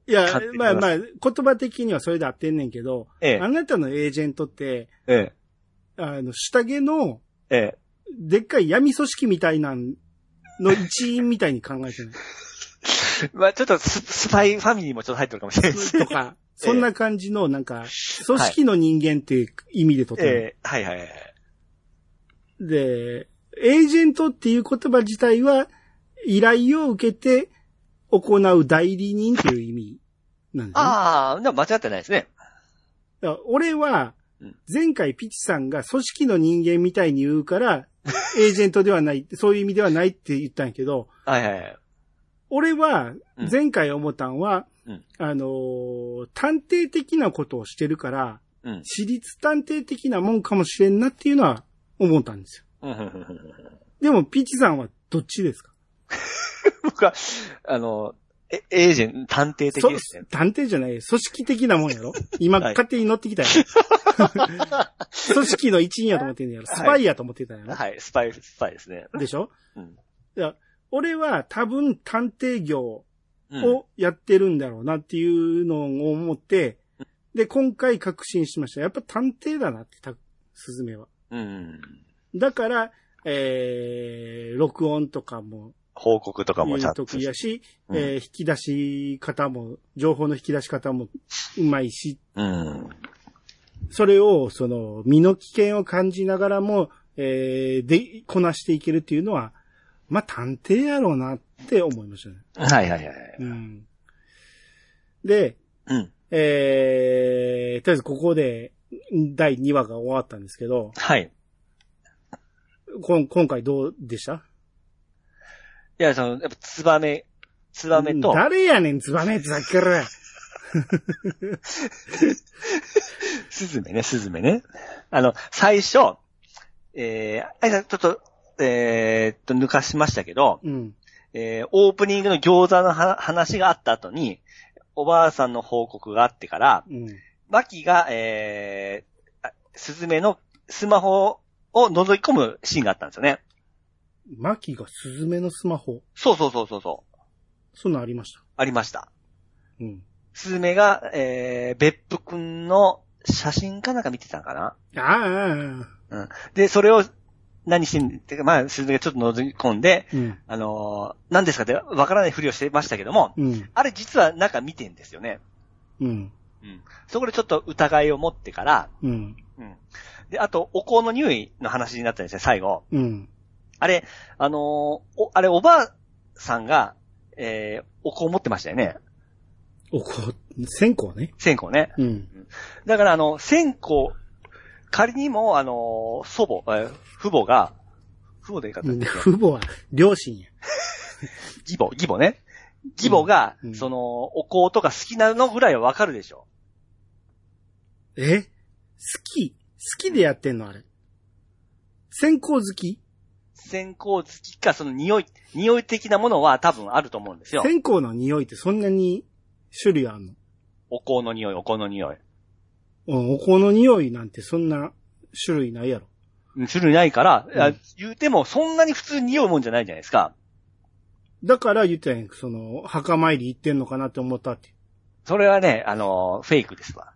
Speaker 1: いや
Speaker 2: 勝手、に
Speaker 1: まあまあ、言葉的にはそれで合ってんねんけど、
Speaker 2: え
Speaker 1: あなたのエージェントって、
Speaker 2: え、え
Speaker 1: あの、下着の、
Speaker 2: え、ええ。
Speaker 1: でっかい闇組織みたいなんの一員みたいに考え
Speaker 2: [LAUGHS]
Speaker 1: てない。
Speaker 2: まあちょっとス、スパイファミリーもちょっと入ってるかもしれないです。
Speaker 1: とか、そんな感じの、なんか、組織の人間って意味でとってる
Speaker 2: ええ、はいはいはい。
Speaker 1: で、エージェントっていう言葉自体は、依頼を受けて行う代理人っていう意味なんですね。
Speaker 2: ああ、でも間違ってないですね。
Speaker 1: だから俺は
Speaker 2: うん、
Speaker 1: 前回ピチさんが組織の人間みたいに言う
Speaker 2: [LAUGHS]
Speaker 1: から、エージェントではない、そういう意味ではないって言ったんやけど、
Speaker 2: はいはいはい。
Speaker 1: 俺は
Speaker 2: うん、
Speaker 1: 前回思ったんは、
Speaker 2: うん
Speaker 1: あのー探偵的なことをしてるから、
Speaker 2: うん。
Speaker 1: 私立探偵的なもんかもしれんなっていうのは思ったんですよ。
Speaker 2: うんうんうんうん
Speaker 1: でも、ピチさんはどっちですか
Speaker 2: 僕は、あの、え、エージェント、探偵的
Speaker 1: そ
Speaker 2: ですね。
Speaker 1: 探偵じゃないよ。組織的なもん
Speaker 2: [LAUGHS]
Speaker 1: やろ今、
Speaker 2: はい
Speaker 1: 勝手に乗ってきたや
Speaker 2: [LAUGHS]
Speaker 1: ろ組織の一員やと思ってんやろ
Speaker 2: はい
Speaker 1: スパイやと思ってたやろ、
Speaker 2: はい、スパイ、スパイですね。
Speaker 1: でしょ
Speaker 2: うん。
Speaker 1: いや、俺は多分探偵業
Speaker 2: うん。
Speaker 1: をやってるんだろうなっていうのを思って、で、今回確信しました。やっぱ探偵だなって、た、スズメは。
Speaker 2: うん。
Speaker 1: だから、えー、録音とかも、
Speaker 2: 報告とかもちゃんと。
Speaker 1: 得意やし、
Speaker 2: うん
Speaker 1: えー引き出し方も、情報の引き出し方もうまいし
Speaker 2: うん。
Speaker 1: それを、その、身の危険を感じながらも、えー、で、こなしていけるっていうのは、まあ、探偵やろうなって思いましたね。
Speaker 2: はいはいはい。
Speaker 1: うん。で、
Speaker 2: うん。
Speaker 1: えー、とりあえずここで、第2話が終わったんですけど、
Speaker 2: はい。
Speaker 1: こん今回どうでした
Speaker 2: いや、その、やっぱ、ツバメ、ツバメと、
Speaker 1: 誰やねん、ツバメってさっきから。
Speaker 2: スズメね、スズメね。あの、最初、えー、あいさんちょっと、えーっと、抜かしましたけど、
Speaker 1: うん。
Speaker 2: えー、オープニングの餃子のは話があった後に、おばあさんの報告があってから、
Speaker 1: うん。
Speaker 2: マキが、えー、あスズメのスマホを覗き込むシーンがあったんですよね。
Speaker 1: マキがスズメのスマホ。
Speaker 2: そうそうそうそうそう。
Speaker 1: そんなんありました。
Speaker 2: ありました。
Speaker 1: うん。
Speaker 2: スズメが、えー、別府くんの写真かなんか見てたのかな
Speaker 1: ああああ、ああ。
Speaker 2: で、それを何してん、てか、まあ、スズメがちょっと覗き込んで、
Speaker 1: うん。
Speaker 2: あのー何ですかってわからないふりをしてましたけども、
Speaker 1: うん。
Speaker 2: あれ実は中見てんですよね。
Speaker 1: うん。
Speaker 2: うん。そこでちょっと疑いを持ってから、
Speaker 1: うん。
Speaker 2: うん。で、あと、お香の匂いの話になったんですね、最後。
Speaker 1: うん。
Speaker 2: あれ、あのーお、あれ、おばあさんが、えー、お香持ってましたよね。
Speaker 1: おこ、線香ね。
Speaker 2: 線香ね。
Speaker 1: うん。
Speaker 2: だから、あの、線香、仮にも、あのー祖母、えー父母が、父母でいいかったっけ
Speaker 1: 父母は両親や。
Speaker 2: 義母、義母ね。義母が、
Speaker 1: うんうん
Speaker 2: その、お香とか好きなのぐらいはわかるでしょ。
Speaker 1: え好き好きでやってんのあれ。線香好き
Speaker 2: 線香好きか、その匂い、匂い的なものは多分あると思うんですよ。
Speaker 1: 線香の匂いってそんなに種類あんの
Speaker 2: お香の匂い、お香の匂い。
Speaker 1: うん、お香の匂いなんてそんな種類ないやろ。
Speaker 2: うん種類ないから、いや
Speaker 1: うん
Speaker 2: 言うてもそんなに普通に匂うもんじゃないじゃないですか。
Speaker 1: だから言ってたやんその、墓参り行ってんのかなって思ったって。
Speaker 2: それはね、あのーフェイクですわ。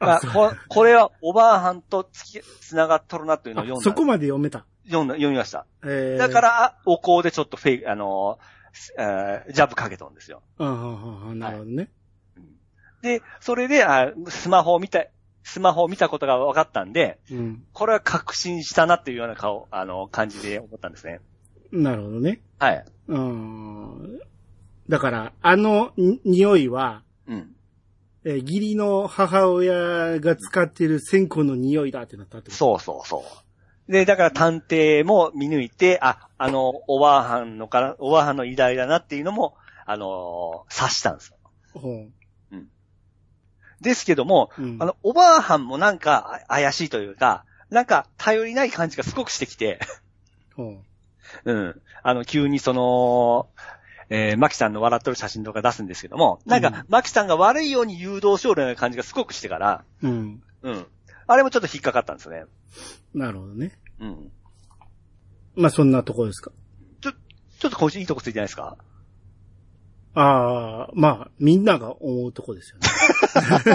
Speaker 1: あ
Speaker 2: あここれはおばあはんとつき、つながっとるなというのを
Speaker 1: あ
Speaker 2: 読んだ。
Speaker 1: そこまで読めた。
Speaker 2: 読んだ、読みました。
Speaker 1: えー、
Speaker 2: だか、ら、あお香でちょっとフェイク、あのーえージャブかけとんですよ。
Speaker 1: うんうんうんうん、なるほどね。
Speaker 2: で、それで、あスマホを見た、スマホを見たことが分かったんで、
Speaker 1: うん。
Speaker 2: これは確信したなっていうような顔、あの、感じで思ったんですね。
Speaker 1: なるほどね。
Speaker 2: はい。
Speaker 1: うん。だから、あのに匂いは、
Speaker 2: うん。
Speaker 1: えー義理の母親が使ってる線香の匂いだってなったってこと
Speaker 2: そうそうそう。で、だから探偵も見抜いて、あ、あの、おばあはんのから、おばあはんの偉大だなっていうのも、あのー察したんですよ。
Speaker 1: ほ
Speaker 2: ですけども、
Speaker 1: う。うん
Speaker 2: あ、の、おばあはんもなんかあ怪しいというか、なんか頼りない感じがすごくしてきて、
Speaker 1: ほ
Speaker 2: うん。あの、急にその、えー、マキさんの笑ってる写真とか出すんですけども、なん
Speaker 1: うん
Speaker 2: か、マキさんが悪いように誘導しようような感じがすごくしてから、
Speaker 1: う。うん。
Speaker 2: うん。あれもちょっと引っかかったんですよね。
Speaker 1: なるほどね。
Speaker 2: うん。
Speaker 1: まあ、そんなとこですか。
Speaker 2: ちょっと今週いいとこついてないですか
Speaker 1: ああ、まあ、みんなが思うとこですよね。 [LAUGHS]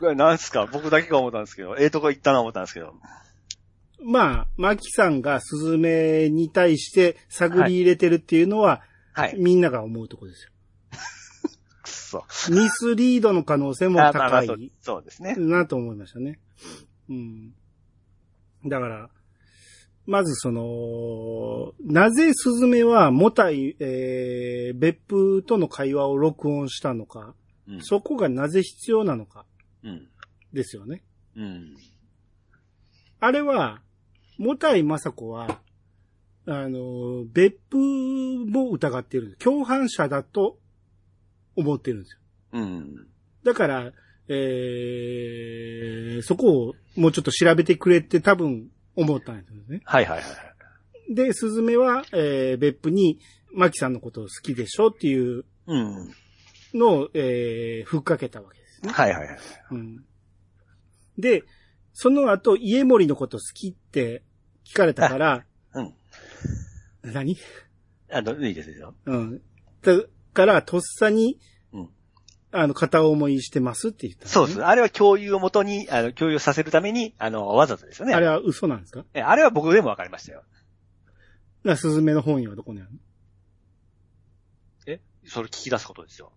Speaker 2: これなんすか僕だけが思ったんですけど、ええとこ行ったな思ったんですけど。
Speaker 1: まあ、マキさんがスズメに対して探り入れてるっていうのは、
Speaker 2: はい。
Speaker 1: みんなが思うとこですよ。
Speaker 2: くっそ。 [LAUGHS]
Speaker 1: ミスリードの可能性も
Speaker 2: あまあま
Speaker 1: 高
Speaker 2: あそう
Speaker 1: い
Speaker 2: そうですね。
Speaker 1: なと思いましたね。うん。だから、まずその、なぜスズメはモタイ、えー、別府との会話を録音したのか、
Speaker 2: うん。
Speaker 1: そこがなぜ必要なのか
Speaker 2: うん。
Speaker 1: ですよね。
Speaker 2: うん。
Speaker 1: あれは、モタイマサコは、あの、別府も疑ってる。共犯者だと思ってるんですよ。
Speaker 2: うん。
Speaker 1: だから、えー、そこをもうちょっと調べてくれって多分思ったんですよね。
Speaker 2: はいはいはい。
Speaker 1: で、スズメは、えー、別府に、マキさんのことを好きでしょっていう
Speaker 2: うん。
Speaker 1: のを、えー、ふっかけたわけですね。
Speaker 2: はいはいはい。
Speaker 1: うん。で、その後、家森のこと好きって聞かれたから、
Speaker 2: [LAUGHS] うん。
Speaker 1: 何
Speaker 2: あの、いいですよ。
Speaker 1: うん。だから、とっさに、
Speaker 2: うん
Speaker 1: あの、片思いしてますって言った、
Speaker 2: そうです。。あれは共有をもとに、あの、共有させるために、あの、わざとですよね。
Speaker 1: あれは嘘なんですかだか
Speaker 2: えあれは僕でもわかりましたよ。
Speaker 1: らスズメの本意はどこにあるの
Speaker 2: えそれ聞き出すことですよ。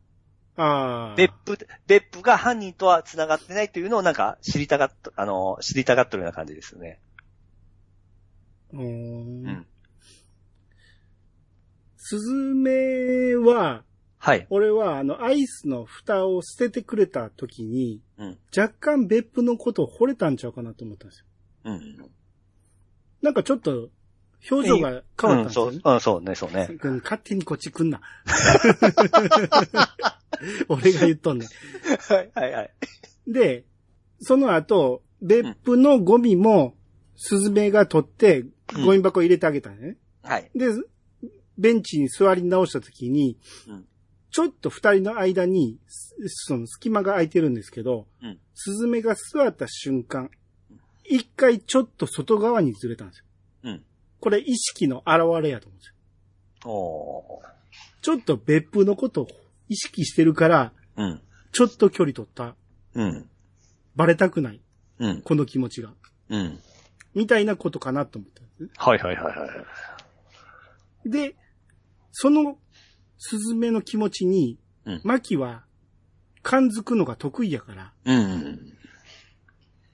Speaker 1: ああ。
Speaker 2: 別府、別府が犯人とは繋がってないというのをなんか知りたがっと、あの、知りたがってるような感じですよね。
Speaker 1: うーん
Speaker 2: うん
Speaker 1: スズメは、
Speaker 2: はい。
Speaker 1: 俺は、あの、アイスの蓋を捨ててくれた時に、
Speaker 2: うん
Speaker 1: 若干別府のことを惚れたんちゃうかなと思ったんですよ。
Speaker 2: うん。
Speaker 1: なんかちょっと、表情が変わったん
Speaker 2: うん、
Speaker 1: ですよ
Speaker 2: そ
Speaker 1: ね。
Speaker 2: う、うん、そうね、そうね。
Speaker 1: うん勝手にこっち来んな。 [LAUGHS] 俺が言っとんねん。
Speaker 2: [LAUGHS] はい、はい、はい。
Speaker 1: で、その後、別府のゴミも、スズメが取って、
Speaker 2: うん
Speaker 1: ゴミ箱入れてあげたのね。
Speaker 2: はい。
Speaker 1: で、ベンチに座り直した時に、
Speaker 2: うん
Speaker 1: ちょっと二人の間に、すその隙間が空いてるんですけど、
Speaker 2: うん
Speaker 1: スズメが座った瞬間、一回ちょっと外側にずれたんですよ。
Speaker 2: うん。
Speaker 1: これ意識の表れやと思うんですよ。
Speaker 2: おー。
Speaker 1: ちょっと別府のことを意識してるから、
Speaker 2: うん。
Speaker 1: ちょっと距離取った。
Speaker 2: うん。
Speaker 1: バレたくない。
Speaker 2: うん。
Speaker 1: この気持ちが。
Speaker 2: うん。
Speaker 1: みたいなことかなと思ったんですね。
Speaker 2: はい、はい、はい、はい。
Speaker 1: で、その、スズメの気持ちに
Speaker 2: うん、
Speaker 1: マキは、感づくのが得意やから、
Speaker 2: うん。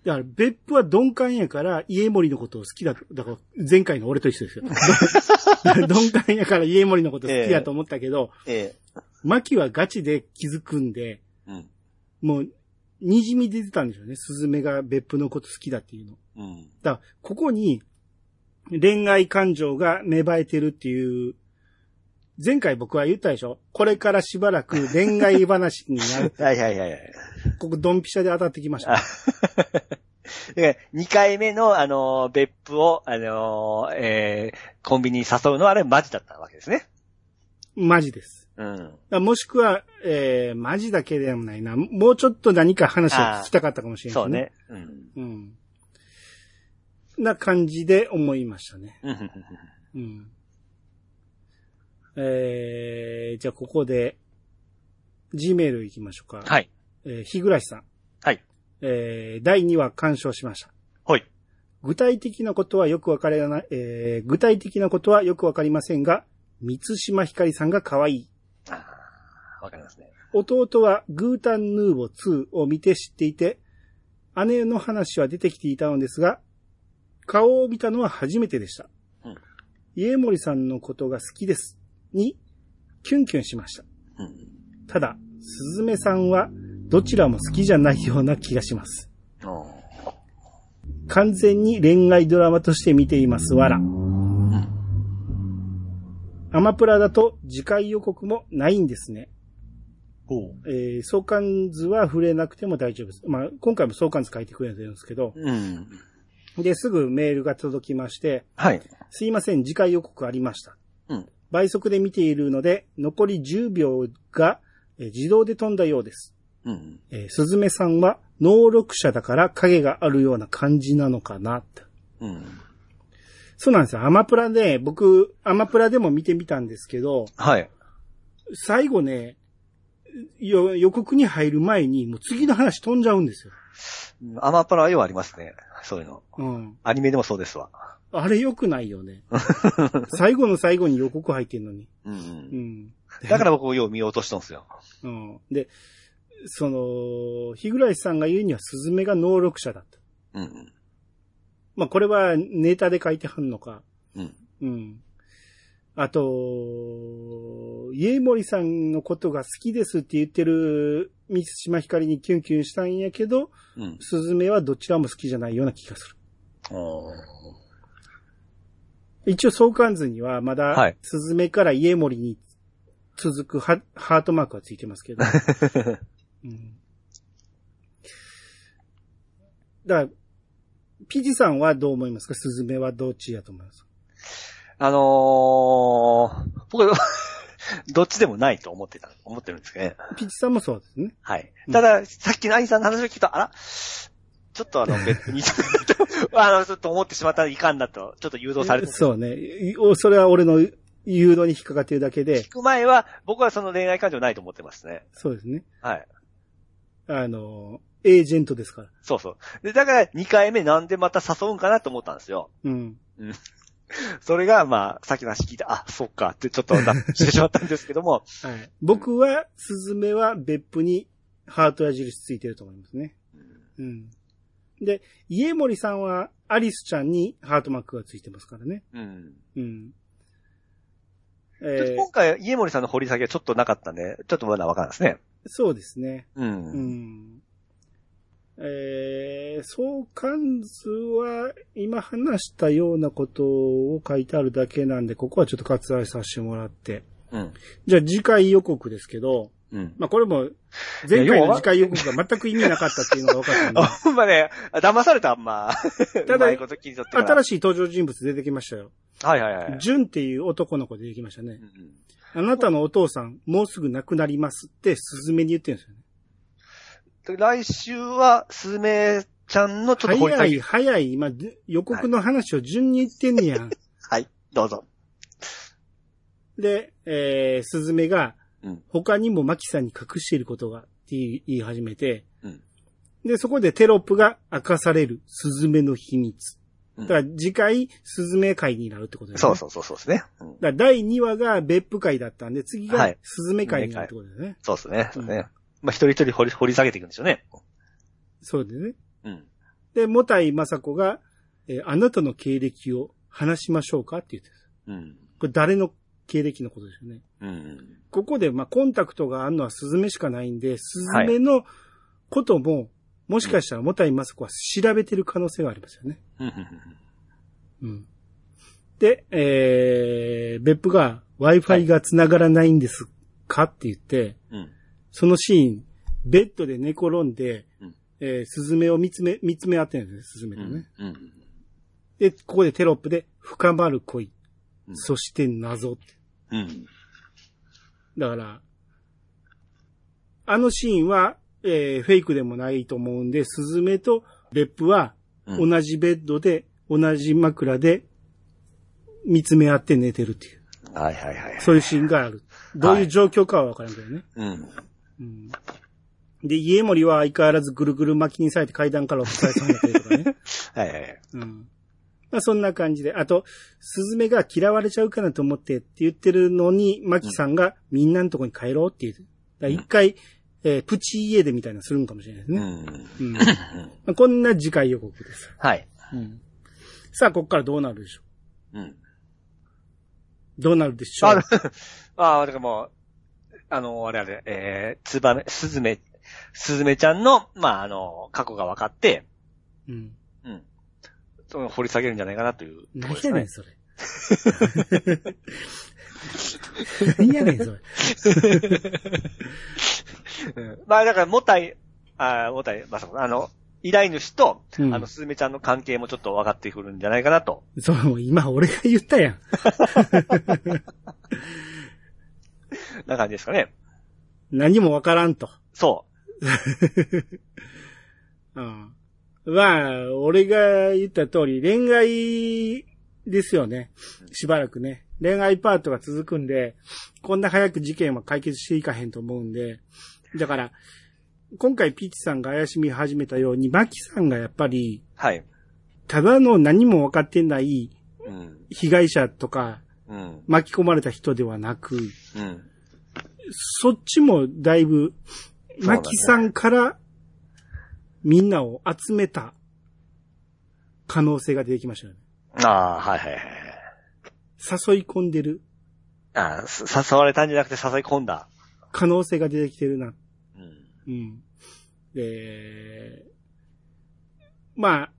Speaker 1: だから別府は鈍感やから、家森のことを好きだと、だから前回の俺と一緒
Speaker 2: [LAUGHS]
Speaker 1: ですよ。鈍感やから家森のこと好きやと思ったけど、
Speaker 2: え
Speaker 1: マキはガチで気づくんで、
Speaker 2: え。うん。
Speaker 1: もう、滲み出てたんでしょうね。スズメが別府のこと好きだっていうの。
Speaker 2: うん。。
Speaker 1: だから、ここに恋愛感情が芽生えてるっていう、前回僕は言ったでしょこれからしばらく恋愛話にな [LAUGHS] る
Speaker 2: はい、はい、はい、はい。
Speaker 1: ここドンピシャで当たってきまし
Speaker 2: あ
Speaker 1: た。
Speaker 2: だから2回目の、あのー、別府を、あのー、えー、コンビニに誘うのはあれマジだったわけですね。
Speaker 1: マジです。
Speaker 2: うん。
Speaker 1: だからもしくは、えー、マジだけでもないな。もうちょっと何か話を聞きたかったかもしれな
Speaker 2: そ
Speaker 1: いうですね。
Speaker 2: ね。うん。
Speaker 1: そうね。うん。な感じで思いましたね。
Speaker 2: うんうん
Speaker 1: うん。えー、じゃあここで、G メール行きましょうか。
Speaker 2: はい。
Speaker 1: えー、日暮さん。
Speaker 2: はい。
Speaker 1: えー第2話鑑賞しました。
Speaker 2: はい。
Speaker 1: 具体的なことはよくわからない、えー具体的なことはよくわかりませんが、三島ひかりさんが可愛い。
Speaker 2: あーわかりますね。
Speaker 1: 弟はグータンヌーボ2を見て知っていて、姉の話は出てきていたのですが、顔を見たのは初めてでした。
Speaker 2: うん
Speaker 1: 家森さんのことが好きです。に、キュンキュンしました。
Speaker 2: うん。
Speaker 1: ただ、すずめさんはどちらも好きじゃないような気がします。
Speaker 2: おー
Speaker 1: 完全に恋愛ドラマとして見ています、わら。アマプラだと次回予告もないんですね。
Speaker 2: ほう。
Speaker 1: えー、相関図は触れなくても大丈夫です。まあ、今回も相関図書いてくれてるんですけど、
Speaker 2: うん。
Speaker 1: で、すぐメールが届きまして、
Speaker 2: はい。
Speaker 1: すいません、次回予告ありました。
Speaker 2: うん
Speaker 1: 倍速で見ているので、残り10秒がえー自動で飛んだようです。
Speaker 2: うん。
Speaker 1: えー、すずめさんは能力者だから影があるような感じなのかなって。
Speaker 2: うん。
Speaker 1: そうなんですよ。アマプラで、僕、アマプラでも見てみたんですけど、
Speaker 2: はい。
Speaker 1: 最後ね、よ予告に入る前に、もう次の話飛んじゃうんですよ。
Speaker 2: アマプラはようありますね。そういうの。
Speaker 1: うん。
Speaker 2: アニメでもそうですわ。
Speaker 1: あれ良くないよね。最後の最後に予告入ってんのに。
Speaker 2: うんう。
Speaker 1: うんん。
Speaker 2: だから僕よう見落としたんですよ。
Speaker 1: うん。で、その、日暮さんが言うには、スズメが能力者だと。
Speaker 2: うんうん。
Speaker 1: まあ、これはネタで書いてはんのか。
Speaker 2: うん。
Speaker 1: うん。あと、家森さんのことが好きですって言ってる、三島ひかりにキュンキュンしたんやけど、
Speaker 2: うん。
Speaker 1: スズメはどちらも好きじゃないような気がする。
Speaker 2: おー
Speaker 1: 一応相関図にはま
Speaker 2: は
Speaker 1: だ
Speaker 2: い、
Speaker 1: スズメから家森に続くハハートマークはついてますけ
Speaker 2: [LAUGHS]
Speaker 1: ど。うん、だから、ピジさんはどう思いますかスズメはどっちやと思います
Speaker 2: あのー、僕、どっちでもないと思ってた、思ってるんですけどね。
Speaker 1: ピジさんもそうですね。
Speaker 2: はい
Speaker 1: うん。
Speaker 2: ただ、さっきのアイさんの話を聞くと、あら、ちょっとあ
Speaker 1: [LAUGHS]
Speaker 2: の、別に、 [LAUGHS] あの、ちょっと思ってしまったらいかんなと、ちょっと誘導されて
Speaker 1: そうね。いおそれは俺の誘導に引っかかってるだけで
Speaker 2: 聞、く前は、僕はその恋愛感情ないと思ってますね。
Speaker 1: そうですね。
Speaker 2: はい。
Speaker 1: あの、エージェントですから。
Speaker 2: そうそう。で、だから、2回目なんでまた誘うんかなと思ったんですよ。
Speaker 1: うん。
Speaker 2: それが、まあ、さっきの話聞いて、あ、そっか、ってちょっと納得してしまったんですけ
Speaker 1: [LAUGHS]
Speaker 2: ども、
Speaker 1: はい。僕は、スズメは別府にハート矢印ついてると思いますね。うん。で、家森さんはアリスちゃんにハートマークがついてますからね。
Speaker 2: うん。
Speaker 1: うん。
Speaker 2: ちょっと
Speaker 1: えー
Speaker 2: 今回、家森さんの掘り下げはちょっとなかったんで、ちょっとまだわからないですね。
Speaker 1: そうですね。う
Speaker 2: う。
Speaker 1: んん。えー、相関図は今話したようなことを書いてあるだけなんで、ここはちょっと割愛させてもらって。
Speaker 2: うん。
Speaker 1: じゃあ次回予告ですけど、
Speaker 2: うん。
Speaker 1: まあ、これも前回
Speaker 2: いや要
Speaker 1: の
Speaker 2: は
Speaker 1: 次回予告が全く意味なかったっていうのが分かったんで
Speaker 2: [LAUGHS] あ、、ほんまね、騙された、あんま。
Speaker 1: だ
Speaker 2: うまいこと聞いとってから。
Speaker 1: 新しい登場人物出てきましたよ。
Speaker 2: はいはいはい。
Speaker 1: ジュンっていう男の子出てきましたねあ
Speaker 2: う。ん
Speaker 1: なたのお父さん、もうすぐ亡くなりますって、スズメに言ってるんですよね。
Speaker 2: で来週は、スズメちゃんのちょっと掘り
Speaker 1: 早
Speaker 2: 下げ。
Speaker 1: い、早い、今、予告の話を順に言ってんねやん。
Speaker 2: はい、どうぞ。
Speaker 1: で、えー、スズメが
Speaker 2: うん、
Speaker 1: 他にもマキさんに隠していることが、って言い言い始めて、
Speaker 2: うん
Speaker 1: で、そこでテロップが明かされる、スズメの秘密。だ
Speaker 2: うん
Speaker 1: から次回、スズメ会になるってことですね。
Speaker 2: そうそうそうそうですね。うん
Speaker 1: だから第2話が別府会だったんで、次
Speaker 2: は
Speaker 1: が
Speaker 2: い
Speaker 1: スズメ会になるってことですね。
Speaker 2: そうですね。そうです
Speaker 1: うん
Speaker 2: ね。まあ、一人一人掘り、掘り下げていくんでしょうね。
Speaker 1: そうですね。
Speaker 2: うん。
Speaker 1: で、モタイマサコが、えーあなたの経歴を話しましょうかって言ってる
Speaker 2: うん。
Speaker 1: これ誰の経歴のことですよね。
Speaker 2: うん。
Speaker 1: ここで、まあ、コンタクトがあるのはスズメしかないんで、スズメのことも、もしかしたらモタイマサコは調べてる可能性がありますよね。
Speaker 2: うん。
Speaker 1: うん。で、えー、別府が Wi-Fi が繋がらないんですかって言って、
Speaker 2: うん。
Speaker 1: そのシーン、ベッドで寝転んで、
Speaker 2: うん
Speaker 1: えースズメを見つめ、見つめ合ってるんですね、スズメ
Speaker 2: う
Speaker 1: とね。
Speaker 2: ん。うん。
Speaker 1: で、ここでテロップで、深まる恋、
Speaker 2: うん
Speaker 1: そして謎って。
Speaker 2: うん。
Speaker 1: だから、あのシーンは、えーフェイクでもないと思うんで、スズメと別府は、
Speaker 2: うん
Speaker 1: 同じベッドで、同じ枕で、見つめ合って寝てるっていう。
Speaker 2: はいはいはい。
Speaker 1: そういうシーンがある。どういう状況かはわからんけどね。
Speaker 2: うん。
Speaker 1: うん。で、家森は相変わらずぐるぐる巻きにされて階段から落とされそうになってるとかね。
Speaker 2: はいはいはい。
Speaker 1: うん。まあそんな感じで。あと、スズメが嫌われちゃうかなと思ってって言ってるのに、マキさんがみんなのとこに帰ろうっていう。だから一回、えープチ家出みたいなのするんかもしれないです
Speaker 2: う
Speaker 1: ね。
Speaker 2: ん。
Speaker 1: うん。まあこんな次回予告です。
Speaker 2: はい。
Speaker 1: うん。さあ、ここからどうなるでしょう
Speaker 2: うん。
Speaker 1: どうなるでしょう
Speaker 2: あ、あ、だからもう、あの、あれあれ、えー、つばめ、すずめ、すずめちゃんの、まあ、あの、過去が分かって、
Speaker 1: うん。
Speaker 2: うん。
Speaker 1: [LAUGHS]
Speaker 2: その掘り下げるんじゃないかなというと
Speaker 1: 何
Speaker 2: ころで
Speaker 1: や
Speaker 2: す
Speaker 1: ね
Speaker 2: ね
Speaker 1: ん、。それ。何やねん、それ。
Speaker 2: うんまあだから、もたい、あーもたい、まさこあの、依頼主と、
Speaker 1: うん
Speaker 2: あの、すずめちゃんの関係もちょっと分かってくるんじゃないかなと。
Speaker 1: そう、今俺が言ったやん。
Speaker 2: な感じですかね。
Speaker 1: 何もわからんと。
Speaker 2: そ
Speaker 1: うん。まあ、俺が言った通り、恋愛ですよね。しばらくね。恋愛パートが続くんで、こんな早く事件は解決していかへんと思うんで、だから、今回ピーチさんが怪しみ始めたように、マキさんがやっぱり
Speaker 2: う。、はい。
Speaker 1: ただの何も分かってない
Speaker 2: うん。
Speaker 1: 被害者とか
Speaker 2: うん。
Speaker 1: 巻き込まれた人ではなく、
Speaker 2: うん。
Speaker 1: そっちもだいぶ、
Speaker 2: そうだね
Speaker 1: マキさんからみんなを集めた可能性が出てきましたよね。
Speaker 2: ああー、はいはいはい
Speaker 1: 誘い込んでる
Speaker 2: はい。ああ、す誘われたんじゃなくて誘い込んだ。
Speaker 1: 可能性が出てきてるな。
Speaker 2: うん。
Speaker 1: うん。で、まあ、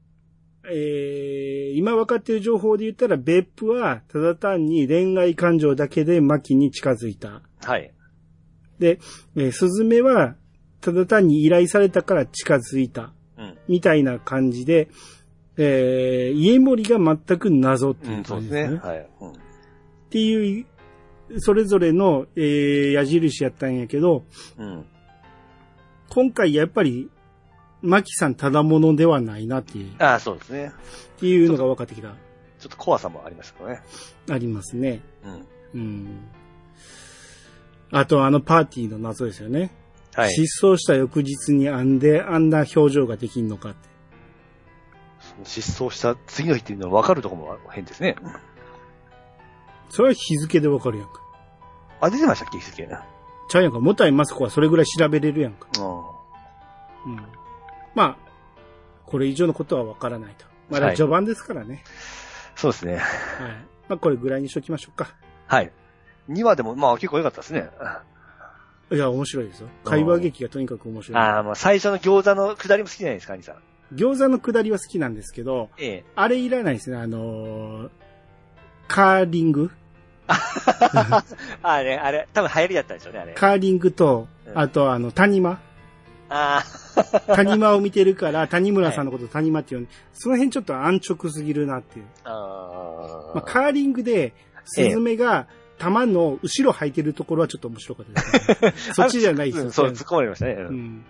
Speaker 1: えー、今分かってる情報で言ったら、別府はただ単に恋愛感情だけでマキに近づいた。
Speaker 2: はい。
Speaker 1: で、えー、スズメはただ単に依頼されたから近づいた。
Speaker 2: うん。
Speaker 1: みたいな感じで、えー、家森が全く謎って
Speaker 2: う、
Speaker 1: いうん
Speaker 2: そう
Speaker 1: 感じ
Speaker 2: です
Speaker 1: ですね。
Speaker 2: ね。
Speaker 1: っ
Speaker 2: はい。うん。
Speaker 1: ていう、それぞれの、えー、矢印やったんやけど、
Speaker 2: うん。
Speaker 1: 今回やっぱり、マキさんただものではないなっていう、っ
Speaker 2: ああ、そうですね。
Speaker 1: ていうのが分かってきた、
Speaker 2: ちょっと怖さもありましたけどね。
Speaker 1: ありますね。
Speaker 2: うん。
Speaker 1: うん。あとあのパーティーの謎ですよね。
Speaker 2: はい。
Speaker 1: 失踪した翌日にあんで、あんな表情ができんのかって。
Speaker 2: 失踪した次の日っていうのは分かるとこも変ですね。
Speaker 1: それは日付で分かるやんか。
Speaker 2: あ、出てましたっけ日付な。
Speaker 1: ちゃうやんか。もたいまさこはそれぐらい調べれるやんか。
Speaker 2: うん。
Speaker 1: うんまあ、これ以上のことはわからないと。ま
Speaker 2: は
Speaker 1: だ
Speaker 2: い
Speaker 1: 序盤ですからね。
Speaker 2: そうですね。
Speaker 1: はい。まあ、これぐらいにしときましょうか。
Speaker 2: はい。2話でも、まあ結構良かったですね。
Speaker 1: いや、面白いですよ。会話劇がとにかく面白い。
Speaker 2: ああ、まあ最初の餃子の下りも好きじゃないですか、兄さん。
Speaker 1: 餃子の下りは好きなんですけど、
Speaker 2: え
Speaker 1: [LAUGHS]
Speaker 2: え。
Speaker 1: あれいらないですね。あのーカーリング
Speaker 2: あれ、あれ、多分流行りだったんでしょうね、あれ。
Speaker 1: カーリングと
Speaker 2: う、ん
Speaker 1: あとあの、谷間
Speaker 2: あ
Speaker 1: 谷間を見てるから、谷村さんのこと谷間って呼んで、その辺ちょっと安直すぎるなっていう。
Speaker 2: あ。あ
Speaker 1: まあ、
Speaker 2: あ。
Speaker 1: カーリングで、スズメが玉の後ろ履いてるところはちょっと面白かったです、ね。そっちじゃないです
Speaker 2: う
Speaker 1: よ。
Speaker 2: んそう、突っ込まれましたね。う
Speaker 1: うんん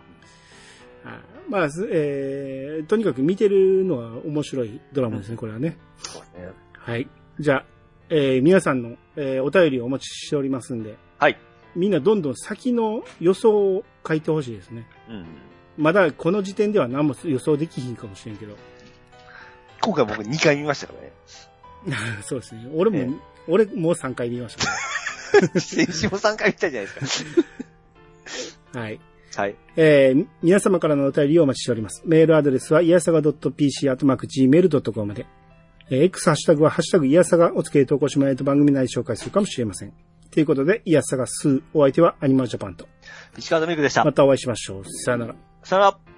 Speaker 1: あまあ、すえー、とにかく見てるのは面白いドラマですね、これはね。
Speaker 2: そうですね。
Speaker 1: はい。じゃあ、えー皆さんの、えーお便りをお待ちしておりますんで、
Speaker 2: はい。
Speaker 1: みんなどんどん先の予想を書いてほしいですね。
Speaker 2: うん。
Speaker 1: まだこの時点では何も予想できひんかもしれん
Speaker 2: [LAUGHS]
Speaker 1: けど。
Speaker 2: 今回僕2回見ました [LAUGHS] からね。
Speaker 1: そうですね。俺も、
Speaker 2: ええ
Speaker 1: 俺もう3回見ましたか
Speaker 2: 先週も3回見たじゃないです
Speaker 1: ら。はい。
Speaker 2: か。はい。
Speaker 1: えー皆様からのお便りをお待ちしております。メールアドレスは、いやさが .pc、あとマーク gmail.com まで。えー X ハッシュタグは、ハッシュタグいやさがをつけて投稿してもらえると番組内で紹介するかもしれません。ということで、いやさがすお相手はアニマルジャパンと。
Speaker 2: 石川とみくでした
Speaker 1: ま。たお会いしましょう。さよなら。
Speaker 2: さよなら。